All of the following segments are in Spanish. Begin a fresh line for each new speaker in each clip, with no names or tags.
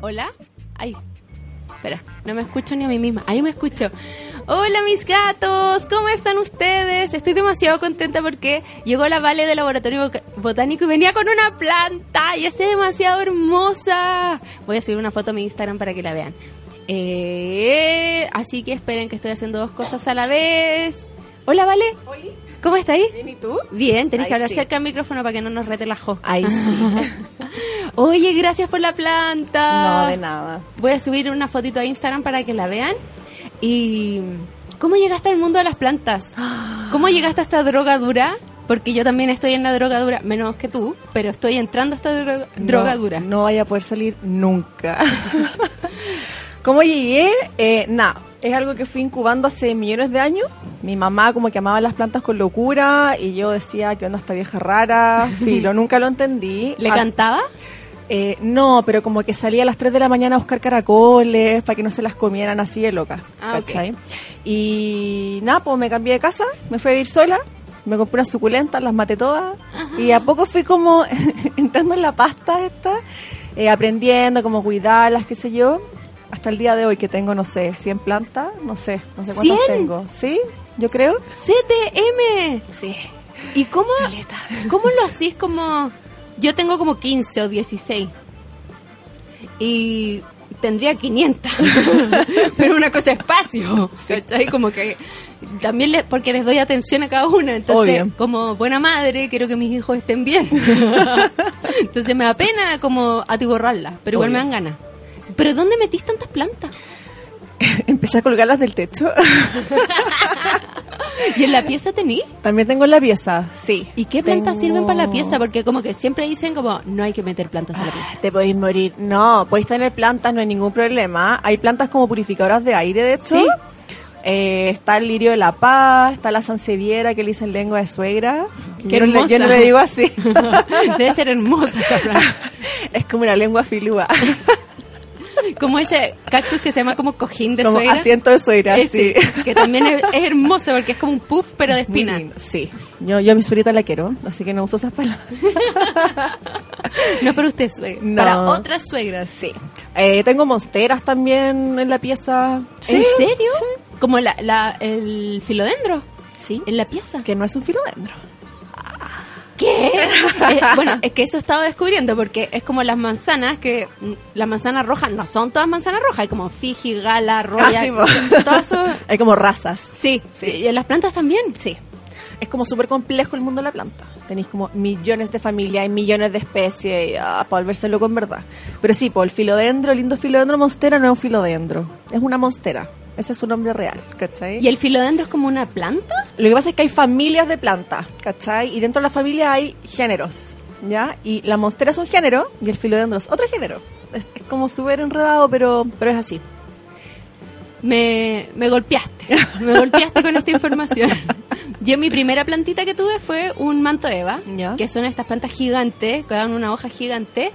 Hola. Ay, espera, no me escucho ni a mí misma. Ahí me escucho. Hola mis gatos, ¿cómo están ustedes? Estoy demasiado contenta porque llegó la Vale del Laboratorio Boca- Botánico y venía con una planta y es demasiado hermosa. Voy a subir una foto a mi Instagram para que la vean. Eh, así que esperen que estoy haciendo dos cosas a la vez. Hola Vale,
Oli,
¿cómo está ahí?
¿bien y tú?
Bien, tenés que
Ay,
hablar
sí.
cerca del micrófono para que no nos rete la jo.
Ay, sí.
Oye, gracias por la planta.
No, de nada.
Voy a subir una fotito a Instagram para que la vean. Y ¿cómo llegaste al mundo de las plantas? ¿Cómo llegaste a esta droga dura? Porque yo también estoy en la droga dura, menos que tú, pero estoy entrando a esta droga, droga
No,
dura.
No vaya a poder salir nunca. ¿Cómo llegué? Eh, nada, es algo que fui incubando hace millones de años. Mi mamá como que amaba las plantas con locura y yo decía que onda esta vieja rara, filo, nunca lo entendí.
¿Le
Ah,
cantaba?
eh, no, pero como que salía a las 3 de la mañana a buscar caracoles para que no se las comieran así de loca.
Ah, ok.
¿cachai? Y nada, pues me cambié de casa, me fui a vivir sola, me compré unas suculentas, las maté todas y a poco fui como entrando en la pasta esta, eh, aprendiendo cómo cuidarlas, qué sé yo, hasta el día de hoy que tengo, no sé, 100 plantas, no sé, no sé cuántas tengo. ¿Sí? Yo creo.
¡CTM!
Sí.
¿Y cómo, cómo lo hacís como... Yo tengo como 15 o 16. Y tendría 500. pero una cosa es espacio. ¿Cachai? Como que... También le- porque les doy atención a cada una. Entonces,
Obvio.
como buena madre, quiero que mis hijos estén bien. entonces me da pena como atiborrarlas. Pero igual
Obvio.
me dan ganas. ¿Pero dónde metís tantas plantas?
Empecé a colgarlas del techo.
¿Y en la pieza tenís?
También tengo en la pieza, sí.
¿Y qué plantas
Tengo-
sirven para la
Oh.
pieza? Porque como que siempre dicen como no hay que meter plantas a la pieza.
Te podéis morir. No, podéis tener plantas, no hay ningún problema. Hay plantas como purificadoras de aire, de hecho.
¿Sí?
Eh, está el lirio de la paz, está la sanseviera que le dicen lengua de suegra.
Qué
yo, no le, yo no
hermosa.
le digo así.
Debe ser hermosa esa planta.
es como una lengua filúa.
Como ese cactus que se llama como cojín de
como
suegra. Eh,
asiento de suegra,
Ese,
sí.
Que también es, es hermoso porque es como un puff pero de
Muy
espina.
lindo, Sí, yo, yo a mi suegrita la quiero, así que no uso esas palabras.
No para usted, suegra.
No.
Para otras suegras.
Sí. Eh, tengo monsteras también en la pieza. Eh,
¿En serio? Como la, la- el filodendro
Sí.
en la pieza.
Que no es un filodendro.
¿Qué? Eh, bueno, es que eso he estado descubriendo porque es como las manzanas que mm, las manzanas rojas no son todas manzanas rojas, hay como Fiji, Gala, Roya,
Ah, sí, po.
todas son-
Hay como razas.
Sí,
Sí.
y en las plantas también.
Sí. Es como súper complejo el mundo de la planta. Tenéis como millones de familias y millones de especies y, ah, para volverse loco en verdad. Pero sí, por el filodendro, el lindo filodendro monstera no es un filodendro. Es una monstera. Ese es su nombre real, ¿cachai?
¿Y el filodendro es como una planta?
Lo que pasa es que hay familias de plantas, ¿cachai? Y dentro de la familia hay géneros, ¿ya? Y la monstera es un género y el filodendro es otro género. Es, es como súper enredado, pero, pero es así.
Me, me golpeaste, me golpeaste con esta información. Yo mi primera plantita que tuve fue un manto eva,
¿Ya?
que son estas plantas gigantes, que dan una hoja gigante,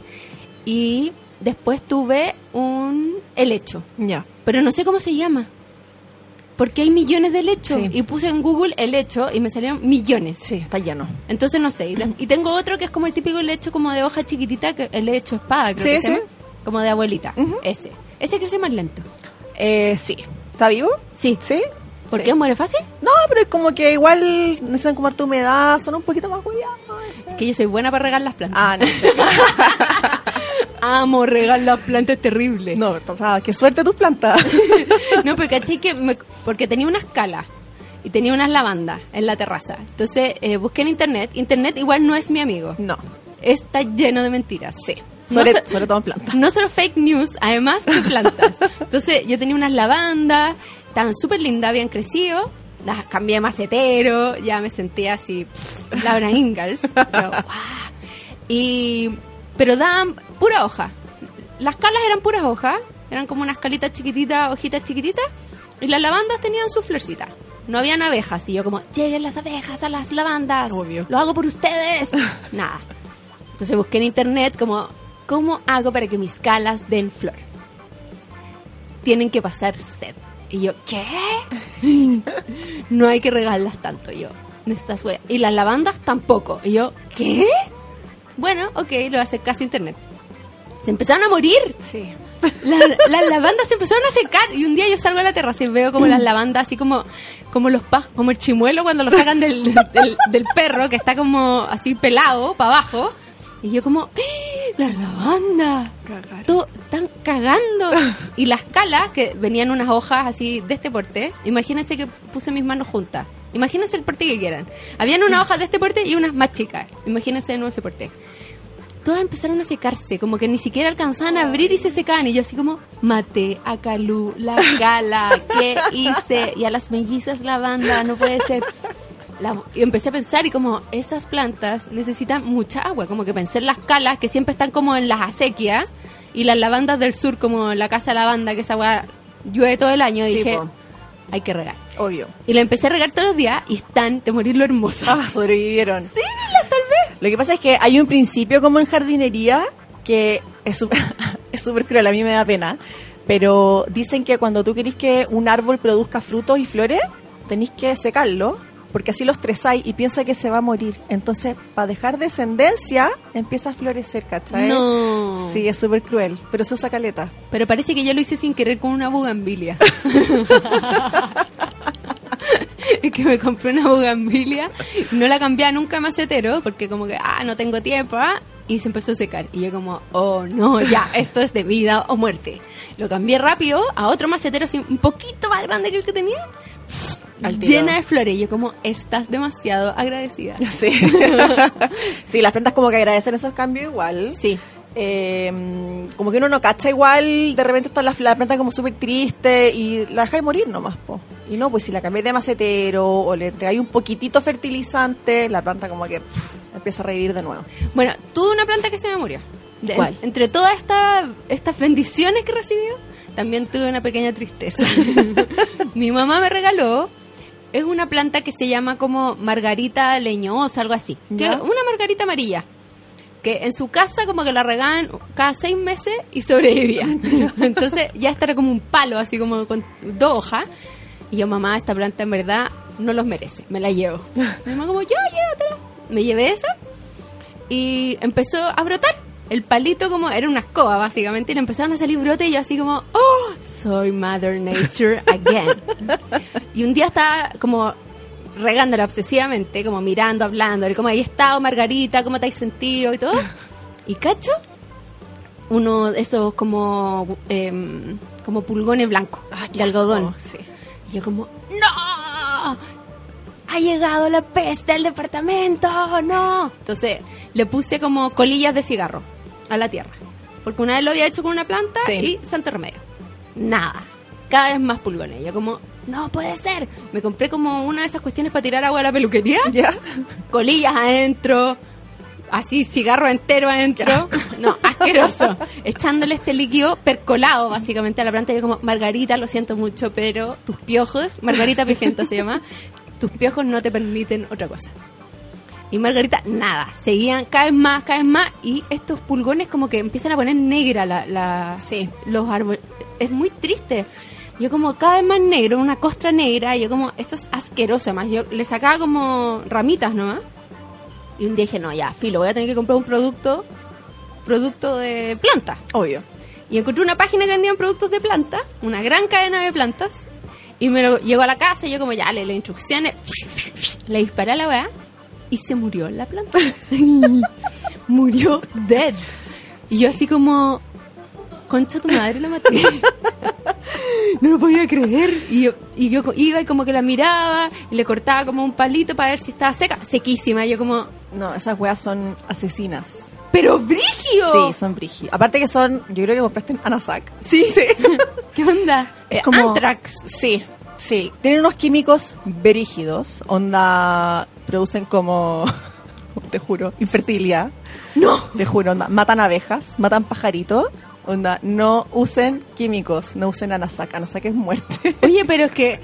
y después tuve un helecho,
Ya.
pero no sé cómo se llama. Porque hay millones de helechos.
Sí.
Y puse en Google helecho y me salieron millones.
Sí, está lleno.
Entonces no sé. Y, de- y tengo otro que es como el típico lecho como de hoja chiquitita, que el lecho espada, creo
Sí,
que se
sí.
llama. Como de abuelita.
Ujú.
Ese. Ese crece más lento.
Eh, sí. ¿Está vivo?
Sí.
Sí.
¿Por
Sí.
qué muere fácil?
No, pero es como que igual necesitan como harta humedad, son un poquito más cuidados.
Que yo soy buena para regar las plantas.
Ah, no. sé.
Amo regar las plantas terribles.
No, o sea, que suerte tus plantas.
No, pero caché que me- porque tenía una escala y tenía unas lavandas en la terraza. Entonces eh, busqué en internet. Internet igual no es mi amigo.
No,
Está lleno de mentiras.
sí.
No
Sobre,
sé-
sobre todo en plantas.
No solo fake news, además de plantas. Entonces yo tenía unas lavandas, estaban súper lindas, habían crecido. Las cambié a macetero, ya me sentía así, pff, Laura Ingalls. Pero, ¡guau! y, pero daban pura hoja. Las calas eran puras hojas, eran como unas calitas chiquititas, hojitas chiquititas. Y las lavandas tenían sus florcitas. No habían abejas. Y yo como, lleguen las abejas a las lavandas.
Obvio.
Lo hago por ustedes. Nada. Entonces busqué en internet como, ¿cómo hago para que mis calas den flor? Tienen que pasar sed. Y yo, ¿qué? no hay que regalarlas tanto. Y yo, me estás wea- Y las lavandas tampoco. Y yo, ¿qué? Bueno, ok, lo voy a hacer caso a internet. Se empezaron a morir.
Sí.
Las, las lavandas se empezaron a secar y un día yo salgo a la terraza y veo como las lavandas así como como los paj- como el chimuelo cuando lo sacan del, del, del perro que está como así pelado para abajo y yo como ¡Ah! las lavandas
Cagar.
to- están cagando y las calas que venían unas hojas así de este porte imagínense que puse mis manos juntas imagínense el porte que quieran habían unas hojas de este porte y unas más chicas imagínense de nuevo ese porte todas empezaron a secarse, como que ni siquiera alcanzaban a abrir y se secaban. Y yo así como, maté a Calú, la gala, ¿qué hice? Y a las mellizas la banda, no puede ser. La- y empecé a pensar y como, estas plantas necesitan mucha agua, como que pensé en las calas que siempre están como en las acequias y las lavandas del sur, como la casa lavanda, que esa agua llueve todo el año.
Sí,
dije,
po.
hay que regar.
Obvio.
Y la empecé a regar todos los días y están de morir lo hermosas.
Ah, sobrevivieron. Sí, la salvé. Lo que pasa es que hay un principio como en jardinería que es súper es súper cruel, a mí me da pena. Pero dicen que cuando tú querés que un árbol produzca frutos y flores, tenés que secarlo, porque así lo estresáis y piensa que se va a morir. Entonces, para dejar descendencia, empieza a florecer, ¿cachai?
No.
Sí, es súper cruel, pero se usa caleta.
Pero parece que yo lo hice sin querer con una bugambilia. Es que me compré una bugambilia, no la cambié a nunca a macetero, porque como que, ah, no tengo tiempo, ah, y se empezó a secar. Y yo como, oh, no, ya, esto es de vida o muerte. Lo cambié rápido a otro macetero así, un poquito más grande que el que tenía,
Al tiro.
llena de flores. Y yo como, estás demasiado agradecida.
Sí. sí, las plantas como que agradecen esos cambios igual.
Sí,
eh, como que uno no cacha igual, de repente está la, la planta como súper triste y la dejáis morir nomás, po. Y no, pues si la cambiáis de macetero o le entregáis un poquitito fertilizante, la planta como que pff, empieza a revivir de nuevo.
Bueno, tuve una planta que se me murió. De-
¿Cuál?
Entre todas esta- estas bendiciones que he recibido, también tuve una pequeña tristeza. Mi mamá me regaló, es una planta que se llama como margarita leñosa, algo así. Que,
Ya.
una margarita amarilla. Que en su casa como que la regaban cada seis meses y sobrevivía. Entonces ya esta era como un palo, así como con dos hojas. Y yo, mamá, esta planta en verdad no los merece, me la llevo. Mi mamá como, yo, llévatela. Me llevé esa y empezó a brotar. El palito como era una escoba básicamente y le empezaron a salir brotes y yo así como, oh, soy Mother Nature again. y un día estaba como regándola obsesivamente, como mirando, hablando, como ahí he estado, Margarita, cómo te has sentido y todo. Y cacho, uno de esos como, em, como pulgones blancos de algodón.
Oh, sí.
Y yo como, ¡No! Ha llegado la peste al departamento, no. Entonces le puse como colillas de cigarro a la tierra. Porque una vez lo había hecho con una planta
Sí.
y santo remedio. Nada. Cada vez más pulgones. Yo como, no puede ser. Me compré como una de esas cuestiones para tirar agua a la peluquería
¿Ya?
colillas adentro, así cigarro entero adentro. No, asqueroso. Echándole este líquido percolado básicamente a la planta. Yo como, Margarita, lo siento mucho, pero tus piojos, Margarita Pigenta se llama, tus piojos no te permiten otra cosa. Y Margarita, nada, seguían cada vez más, cada vez más, y estos pulgones como que empiezan a poner negra la, la-
Sí.
los árboles. Es muy triste. Yo como cada vez más negro, una costra negra, y yo como, esto es asqueroso, además yo le sacaba como ramitas nomás. Y un día dije, no, ya, filo, voy a tener que comprar un producto, producto de planta.
Obvio.
Y encontré una página que vendían productos de planta, una gran cadena de plantas, y me lo llegó a la casa y yo como, ya, le las instrucciones, le disparé a la weá, y se murió la planta. murió dead. Y yo así como, concha tu madre, la maté. no lo podía creer. Y yo, y yo co- iba y como que la miraba, y le cortaba como un palito para ver si estaba seca, sequísima. Y yo como,
No, esas weas son asesinas.
pero Brigio.
Sí, son brígidas. Aparte que son, yo creo que compraste Anasac.
Sí. ¿Qué onda?
Es
Eh,
como-
Anthrax.
Sí, sí. Tienen unos químicos brígidos. Onda, producen como, te juro, infertilidad.
No.
Te juro, onda, matan abejas, matan pajaritos. Onda, no usen químicos, no usen Anasac. Anasac es muerte.
Oye, pero es que,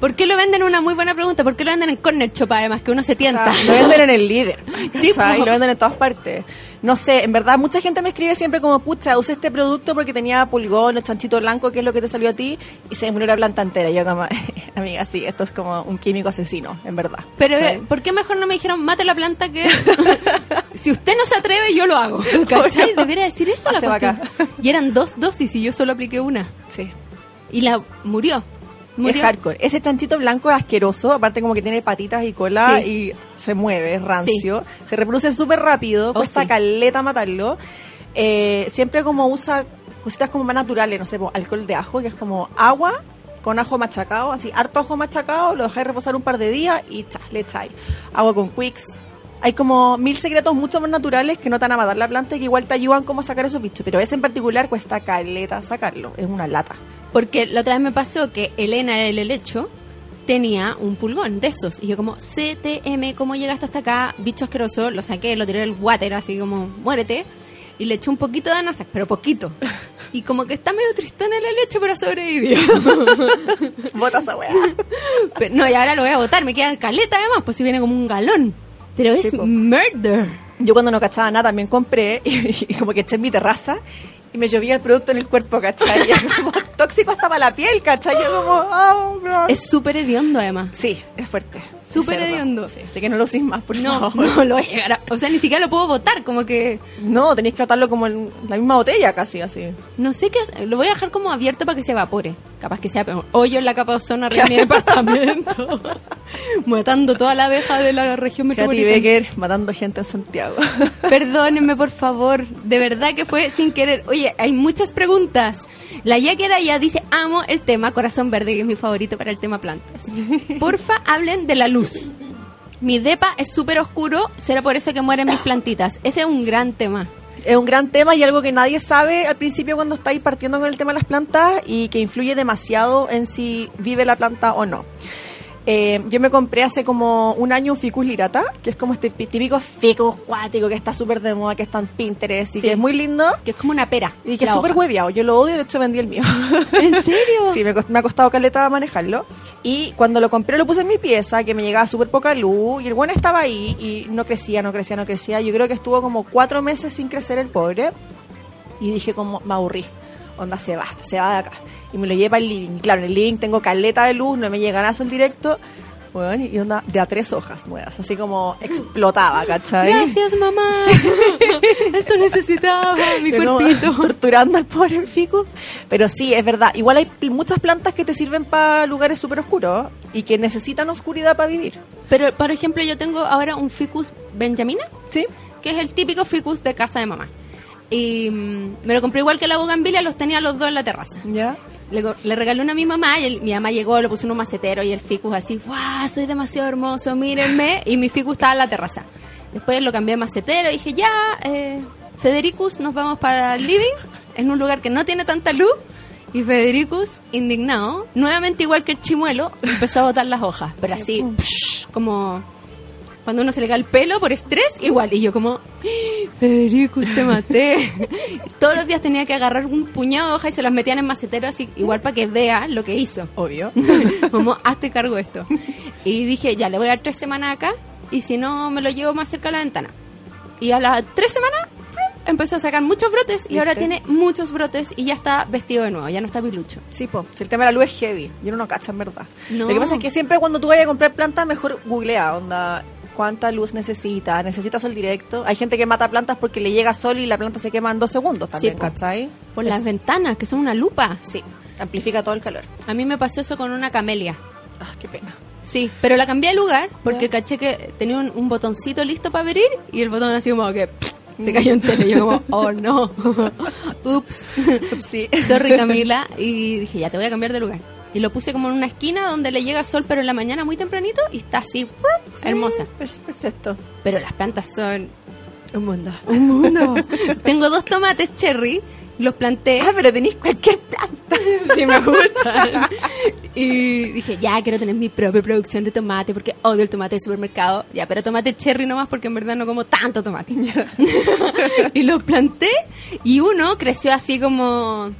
¿por qué lo venden? Una muy buena pregunta. ¿Por qué lo venden en Corner Shop además que uno se tienta?
O sea, lo venden en el líder.
Sí,
o sea, y
po.
lo venden en todas partes. No sé, en verdad, mucha gente me escribe siempre como, pucha, usé este producto porque tenía pulgón o chanchito blanco, que es lo que te salió a ti, y se desmurió la planta entera. Y yo como, amiga, sí, esto es como un químico asesino, en verdad.
Pero,
Sí.
eh, ¿por qué mejor no me dijeron mate la planta que... si usted no se atreve, yo lo hago. ¿Cachai? Debería decir eso a la
Hace vaca.
cuestión. Y eran dos dosis y yo solo apliqué una.
Sí.
Y la murió.
Es
Murió.
hardcore. Ese chanchito blanco es asqueroso, aparte como que tiene patitas y cola y se mueve, es rancio. Se reproduce súper rápido, cuesta
Oh, sí.
caleta matarlo. Eh, siempre como usa cositas como más naturales, no sé, como alcohol de ajo, que es como agua con ajo machacado, así, harto ajo machacado, lo dejáis reposar un par de días y chas, le echáis. Agua con quicks. Hay como mil secretos mucho más naturales que no te van a matar la planta y que igual te ayudan como a sacar esos bichos. Pero ese en particular cuesta caleta sacarlo, es una lata.
Porque la otra vez me pasó que Elena, el helecho, tenía un pulgón de esos. Y yo como, CTM, ¿cómo llegaste hasta acá? Bicho asqueroso, lo saqué, lo tiré al water, así como, muérete. Y le eché un poquito de anasac, pero poquito. Y como que está medio tristón el helecho, pero sobrevivió.
Bota esa weá.
Pero, no, y ahora lo voy a botar, me queda caleta además, pues si viene como un galón. Pero es
Sí, po.
murder.
Yo cuando no cachaba nada también compré y, y como que eché en mi terraza y me llovía el producto en el cuerpo, ¿cachai? Y era como tóxico hasta para la piel, ¿cachai? Yo como, oh, no.
Es súper hediondo además.
Sí, es fuerte.
Súper
Es cerdo.
hediondo.
Sí, así que no lo uséis más, por
No,
favor.
no lo voy a llegar a- O sea, ni siquiera lo puedo botar, como que...
No, tenéis que atarlo como en la misma botella casi, así.
No sé qué hacer. Lo voy a dejar como abierto para que se evapore. Capaz que sea peor. Hoyo en la capa de ozono arriba de mi departamento. Matando toda la abeja de la región
Katy
metropolitana.
Becker matando gente en Santiago.
Perdónenme, por favor. De verdad que fue sin querer. Oye, hay muchas preguntas. La Yaquera ya dice, amo el tema Corazón Verde, que es mi favorito para el tema plantas. Porfa, hablen de la luz. Mi depa es súper oscuro, será por eso que mueren mis plantitas. Ese es un gran tema.
Es un gran tema y algo que nadie sabe al principio cuando estáis partiendo con el tema de las plantas y que influye demasiado en si vive la planta o no. Eh, yo me compré hace como un año un ficus lirata, que es como este pi- típico ficus cuático que está súper de moda, que está en Pinterest y
Sí.
que es muy lindo
Que es como una pera.
y que es
la
súper
hoja.
hueviado. Yo lo odio, de hecho vendí el mío.
¿En serio?
Sí, me, cost- me ha costado caleta manejarlo. Y cuando lo compré, lo puse en mi pieza, que me llegaba súper poca luz. Y el bueno estaba ahí y no crecía, no crecía, no crecía. Yo creo que estuvo como cuatro meses sin crecer el pobre. Y dije, como, me aburrí. Onda, se va, se va de acá. Y me lo lleva el living. Claro, en el living tengo caleta de luz, no me llega nada el directo. Bueno, y onda, de a tres hojas nuevas. Así como explotaba, ¿cachai?
Gracias, mamá. Esto necesitaba mi
Yo como
cuerpito.
Torturando al pobre ficus. Pero sí, es verdad. Igual hay pl- muchas plantas que te sirven para lugares súper oscuros y que necesitan oscuridad para vivir.
Pero, por ejemplo, yo tengo ahora un ficus benjamina,
Sí.
que es el típico ficus de casa de mamá. Y mm, me lo compré igual que la bogambilia, los tenía los dos en la terraza.
Ya.
Le, go- le regalé uno a mi mamá y el- mi mamá llegó, lo puso en un macetero y el ficus así, ¡guau! Soy demasiado hermoso, mírenme. Y mi ficus estaba en la terraza. Después lo cambié a macetero y dije, ya, eh, Federicus, nos vamos para el living, en un lugar que no tiene tanta luz. Y Federicus, indignado, nuevamente igual que el chimuelo, empezó a botar las hojas. Pero así, psh, como cuando uno se le cae el pelo por estrés, igual. Y yo como, Federico, te maté. Todos los días tenía que agarrar un puñado de hojas y se las metían en macetero, así igual para que vea lo que hizo.
Obvio.
Como, hazte cargo de esto. Y dije, ya, le voy a dar tres semanas acá y si no, me lo llevo más cerca a la ventana. Y a las tres semanas ¡prum! empezó a sacar muchos brotes y ahora
¿Viste?
tiene muchos brotes y ya está vestido de nuevo, ya no está pilucho.
Sí, po. Si el tema de la luz es heavy. Yo no lo cacho, en verdad.
No.
Lo que pasa es que siempre cuando tú vayas a comprar plantas, mejor googlea, onda. ¿Cuánta luz necesita? ¿Necesita sol directo? Hay gente que mata plantas porque le llega sol y la planta se quema en dos segundos también,
po.
¿cachai?
Por
Es-
las ventanas, que son una lupa.
Sí, amplifica todo el calor.
A mí me pasó eso con una camelia.
Ah, qué pena.
Sí, pero la cambié de lugar porque
Ya.
caché que tenía un, un botoncito listo para abrir y el botón así como que Se cayó entero. Y yo como, oh no. Ups.
Sí.
Sorry Camila. Y dije, ya te voy a cambiar de lugar. Y lo puse como en una esquina donde le llega sol, pero en la mañana muy tempranito y está así, ¡prup! hermosa.
Per- Perfecto.
Pero las plantas son
Un mundo.
un mundo. Tengo dos tomates cherry, los planté.
Ah, pero tenéis cualquier planta.
Sí, me gustan. Y dije, ya, quiero tener mi propia producción de tomate porque odio el tomate de supermercado. Ya, pero tomate cherry nomás porque en verdad no como tanto tomate. y lo planté y uno creció así como...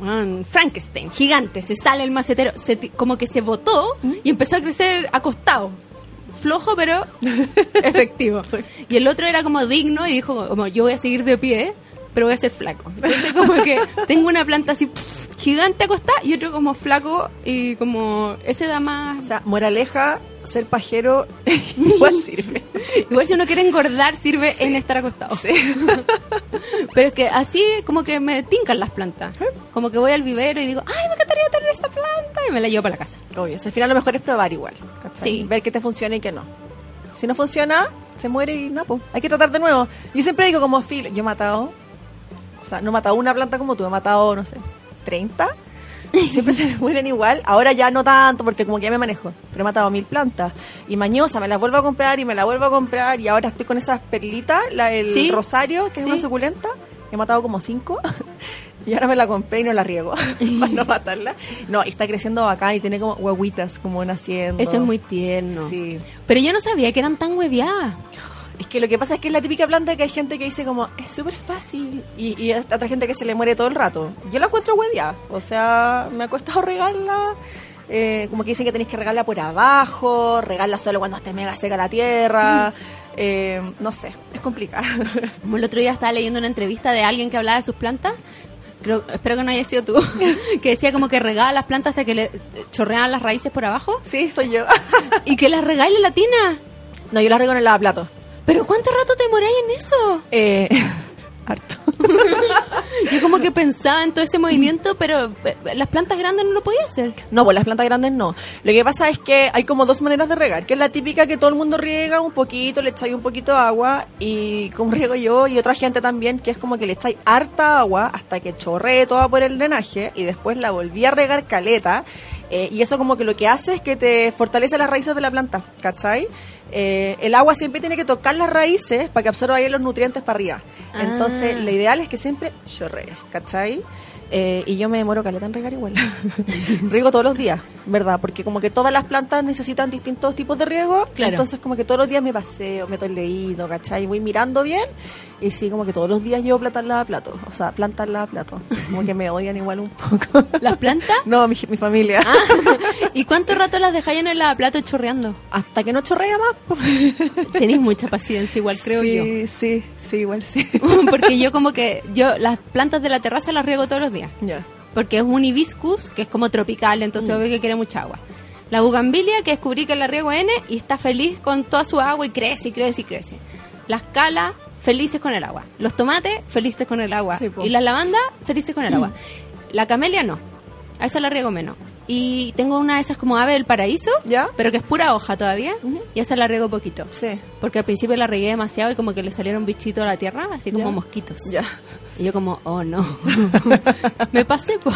weón, Frankenstein, gigante, se sale el macetero, se ti- como que se botó y empezó a crecer acostado, flojo pero efectivo. Y el otro era como digno y dijo, como yo voy a seguir de pie, pero voy a ser flaco. Entonces como que tengo una planta así pff, gigante acostada y otro como flaco y como ese da
O
más...
sea, moraleja, ser pajero igual sirve.
Igual si uno quiere engordar sirve en estar acostado.
Sí.
Pero es que así como que me tincan las plantas.
¿Eh?
Como que voy al vivero y digo, ay, me encantaría tener esa planta y me la llevo para la casa.
Obvio, o sea, al final lo mejor es probar igual. ¿cachai?
Sí.
Ver que te funciona y que no. Si no funciona, se muere y no, pues, hay que tratar de nuevo. Yo siempre digo como filo, yo he matado, o sea, no he matado una planta como tú, he matado, no sé, 30. Siempre se me mueren igual. Ahora ya no tanto porque como que ya me manejo. Pero he matado mil plantas. Y mañosa, me las vuelvo a comprar y me las vuelvo a comprar. Y ahora estoy con esas perlitas, la, el
Sí.
rosario, que es
Sí.
una suculenta. He matado como cinco. Y ahora me la compré y no la riego para no matarla. No, y está creciendo bacán y tiene como huevitas como naciendo.
Eso es muy tierno.
Ah. Sí.
Pero yo no sabía que eran tan hueviadas.
Es que lo que pasa es que es la típica planta que hay gente que dice como, es súper fácil. Y, y hay otra gente que se le muere todo el rato. Yo la encuentro huevia. O sea, me ha costado regarla. Eh, como que dicen que tenéis que regarla por abajo, regarla solo cuando esté mega seca la tierra.
Mm.
Eh, no sé, es complicado.
Como el otro día estaba leyendo una entrevista de alguien que hablaba de sus plantas. Creo, espero que no haya sido tú. Que decía como que regaba las plantas hasta que le chorreaban las raíces por abajo.
sí, soy yo.
Y que las regáis la latina.
no, yo la riego en el lavaplato.
Pero ¿cuánto rato te moráis en eso?
Eh, harto.
Yo como que pensaba en todo ese movimiento, pero eh, las plantas grandes no lo podía hacer.
No, pues las plantas grandes no. Lo que pasa es que hay como dos maneras de regar, que es la típica que todo el mundo riega un poquito, le echáis un poquito de agua y como riego yo y otra gente también, que es como que le echáis harta agua hasta que chorree toda por el drenaje y después la volví a regar caleta eh, y eso como que lo que hace es que te fortalece las raíces de la planta, ¿cachai? Eh, el agua siempre tiene que tocar las raíces para que absorba ahí los nutrientes para arriba. Entonces,
Ah.
lo ideal es que siempre chorree, ¿cachai? Eh, y yo me demoro caleta en regar igual. riego todos los días, ¿verdad? Porque como que todas las plantas necesitan distintos tipos de riego.
Claro.
Entonces como que todos los días me paseo, meto el leído, ¿cachai? Voy mirando bien. Y sí, como que todos los días llevo plantas a plato. O sea, plantas a plato. Como que me odian igual un poco.
Las plantas.
no, mi, mi familia.
Ah. ¿Y cuánto rato las dejáis en el lavaplato chorreando?
Hasta que no chorrea más. po.
Tenéis mucha paciencia igual, creo
sí,
yo.
Sí, sí, igual sí.
Porque yo como que, yo las plantas de la terraza las riego todos los días.
ya.
porque es un hibiscus, que es como tropical, entonces
Mm.
obvio que quiere mucha agua. La bugambilia, que descubrí que la riego N y está feliz con toda su agua y crece y crece y crece. Las calas, felices con el agua. Los tomates, felices con el agua.
Sí, po. Mm.
y la lavanda, felices con el agua. La camelia no, a esa la riego menos. Y tengo una de esas como ave del paraíso,
¿Ya?
pero que es pura hoja todavía,
Ujú.
y a esa la riego poquito.
Sí.
Porque al principio la regué demasiado y como que le salieron bichitos a la tierra, así como
Ya.
mosquitos.
Ya.
Y yo como, oh no, me pasé. Po.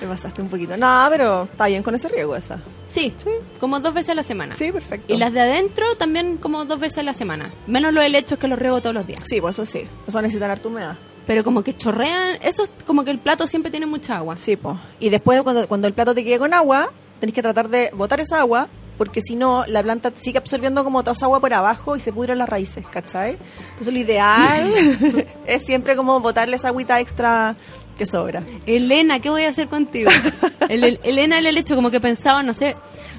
Te pasaste un poquito. No, pero está bien con ese riego esa.
Sí, como dos veces a la semana.
Sí, perfecto.
Y las de adentro también como dos veces a la semana. Menos los helechos que los riego todos los días.
Sí, pues eso sí. Eso necesitan harta humedad.
Pero como que chorrean, eso es como que el plato siempre tiene mucha agua.
Sí, pues. Y después, cuando, cuando el plato te quede con agua, tenés que tratar de botar esa agua, porque si no, la planta sigue absorbiendo como toda esa agua por abajo y se pudren las raíces, ¿cachai? Entonces, lo ideal es siempre como botarle esa agüita extra que sobra.
Elena, ¿qué voy a hacer contigo? El- el- Elena el helecho como que pensaba, no sé,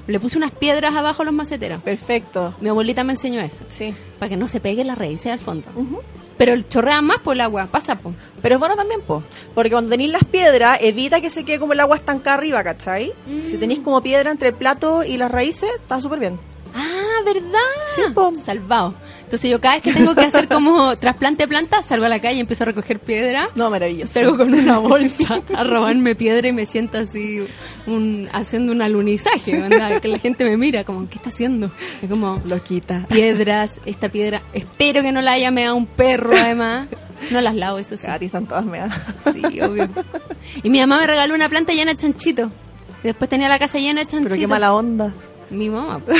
le puse unas piedras abajo a los maceteros.
Perfecto.
Mi abuelita me enseñó eso,
Sí.
para que no se pegue la raíces al fondo. Pero el chorrea más por el agua, pasa po.
Pero es bueno también, po, porque cuando tenéis las piedras, evita que se quede como el agua estancada arriba, ¿cachai? Si tenéis como piedra entre el plato y las raíces, está súper bien.
Ah, ¿verdad?
Sí, po.
Salvado. Entonces yo cada vez que tengo que hacer como trasplante de planta, salgo a la calle y empiezo a recoger piedra.
No, maravilloso.
Salgo con una bolsa a robarme piedra y me siento así un, haciendo un alunizaje, onda, que la gente me mira como, ¿qué está haciendo? Es como
Lo quita.
piedras, esta piedra, espero que no la haya meado un perro además. No las lavo, eso sí.
Katy, están todas meadas.
Sí, obvio. Y mi mamá me regaló una planta llena de chanchito. Y después tenía la casa llena de chanchito.
Pero qué mala onda.
Mi mamá. po.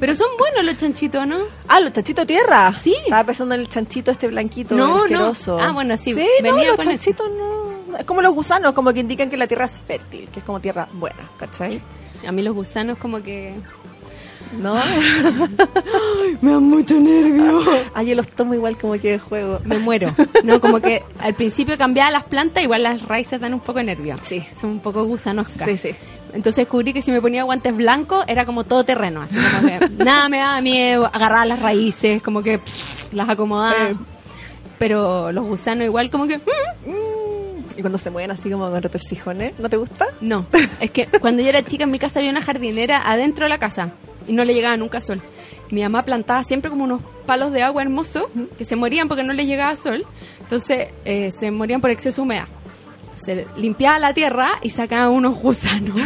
Pero son buenos los chanchitos, ¿no?
Ah, los chanchitos tierra.
Sí.
Estaba pensando en el chanchito este blanquito.
No,
asqueroso.
no. Ah, bueno, sí,
Sí,
venía
no, los
con eso.
chanchitos no. Es como los gusanos, como que indican que la tierra es fértil, que es como tierra buena, ¿cachai?
A mí los gusanos como que...
No.
Me dan mucho nervio.
Ah, yo los tomo igual como que de juego.
Me muero. No, como que al principio cambiaba las plantas, igual las raíces dan un poco de nervio.
Sí.
Son un poco gusanoscas.
Sí, sí.
Entonces descubrí que si me ponía guantes blancos era como todo terreno, así como que nada me daba miedo, agarraba las raíces, como que pff, las acomodaba.
Eh.
Pero los gusanos igual como que mm,
Mm. Y cuando se mueven así como con retorcijones, ¿no te gusta?
no. Es que cuando yo era chica en mi casa había una jardinera adentro de la casa y no le llegaba nunca sol. Mi mamá plantaba siempre como unos palos de agua hermosos que se morían porque no les llegaba sol. Entonces eh, se morían por exceso de humedad. Se limpiaba la tierra y sacaba unos gusanos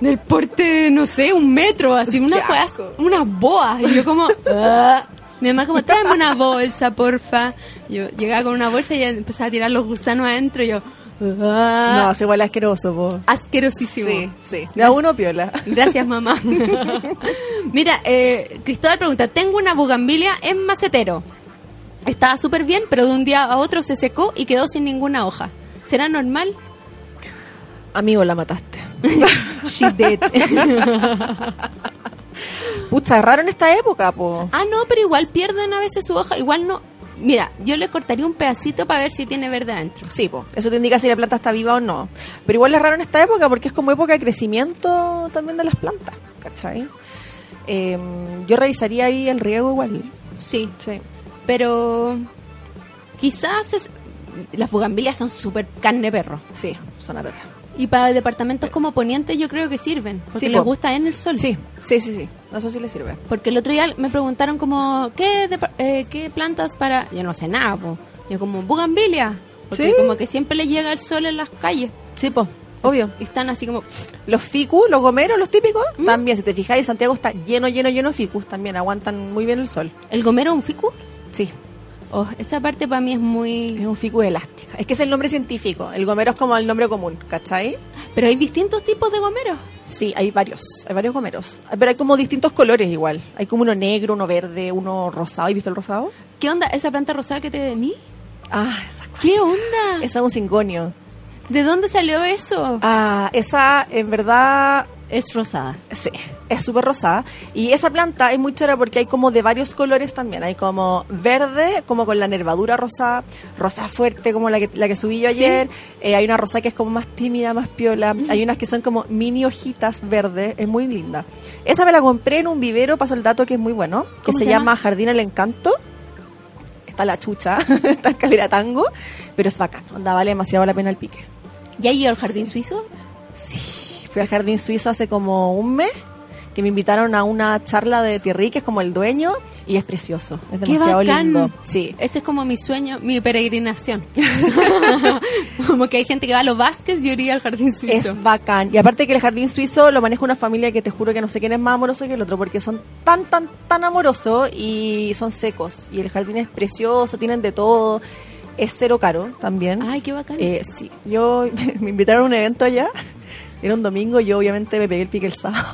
del porte, no sé, un metro, así, unas
Qué
weas-
asco.
unas boas. Y yo como, "Ah". mi mamá como, tráeme una bolsa, porfa. Yo llegaba con una bolsa y ella empezaba a tirar los gusanos adentro y yo,
No,
"Ah".
es igual asqueroso, po.
asquerosísimo.
Sí, sí. De a uno piola.
Gracias, mamá. Mira, eh, Cristóbal pregunta, tengo una bugambilia en macetero. Estaba súper bien, pero de un día a otro se secó y quedó sin ninguna hoja. ¿Será normal?
Amigo, la mataste.
She did.
Pucha, es raro en esta época, po.
ah, no, pero igual pierden a veces su hoja. Igual no. Mira, yo le cortaría un pedacito para ver si tiene verde adentro.
Sí, po. Eso te indica si la planta está viva o no. Pero igual es raro en esta época porque es como época de crecimiento también de las plantas, ¿cachai? Eh, yo revisaría ahí el riego igual.
Sí,
Sí.
pero quizás es- las bugambilias son súper carne perro.
Sí, zona perra.
Y para departamentos como Poniente yo creo que sirven, porque
Eh. Sí,
les
po.
gusta en el sol.
Sí, sí, sí, sí. Eso sí le sirve.
Porque el otro día me preguntaron como, ¿qué, depa- eh, qué plantas para...? Yo no sé nada, po. Yo como, bugambilia. Porque
Sí.
como que siempre les llega el sol en las calles.
Sí, po. Obvio.
Y están así como...
Los ficus, los gomeros, los típicos, también. Si te fijáis, Santiago está lleno, lleno, lleno de ficus también. Aguantan muy bien el sol.
¿El gomero es un ficu?
Sí,
Oh, esa parte para mí es
es
muy...
un ficus elástica. Es que es el nombre científico. El gomero es como el nombre común, ¿cachai?
Pero hay distintos tipos de gomeros.
Sí, hay varios, hay varios gomeros. Pero hay como distintos colores igual. Hay como uno negro, uno verde, uno rosado. ¿Has visto el rosado?
¿Qué onda esa planta rosada que te vení?
Ah, esa cual.
¿Qué onda?
Esa es un cingonio.
¿De dónde salió eso?
Ah, esa en verdad
Es rosada.
Sí, es súper rosada. Y esa planta es muy chora porque hay como de varios colores también. Hay como verde, como con la nervadura rosada, rosa fuerte, como la que, la que subí yo
Sí.
ayer. Eh, hay una rosa que es como más tímida, más piola. Hay unas que son como mini hojitas verdes. Es muy linda. Esa me la compré en un vivero, paso el dato que es muy bueno, que
¿Cómo
se
se
llama?
llama?
Jardín el Encanto. Está la chucha, está escalera tango, pero es bacán. Onda, vale demasiado la pena el pique.
¿Ya hay al jardín suizo?
Fui al Jardín Suizo hace como un mes que me invitaron a una charla de Thierry, que es como el dueño, y es precioso. Es
¡Qué
demasiado
bacán!
lindo. Sí.
Ese es como mi sueño, mi peregrinación. como que hay gente que va a los Vázquez, yo iría al jardín suizo.
Es bacán. Y aparte que el jardín suizo lo maneja una familia que te juro que no sé quién es más amoroso que el otro, porque son tan, tan, tan amorosos y son secos. Y el jardín es precioso, tienen de todo. Es cero caro también.
Ay, qué bacán.
Eh, sí, yo me invitaron a un evento allá. Era un domingo, yo obviamente me pegué el pique el sábado.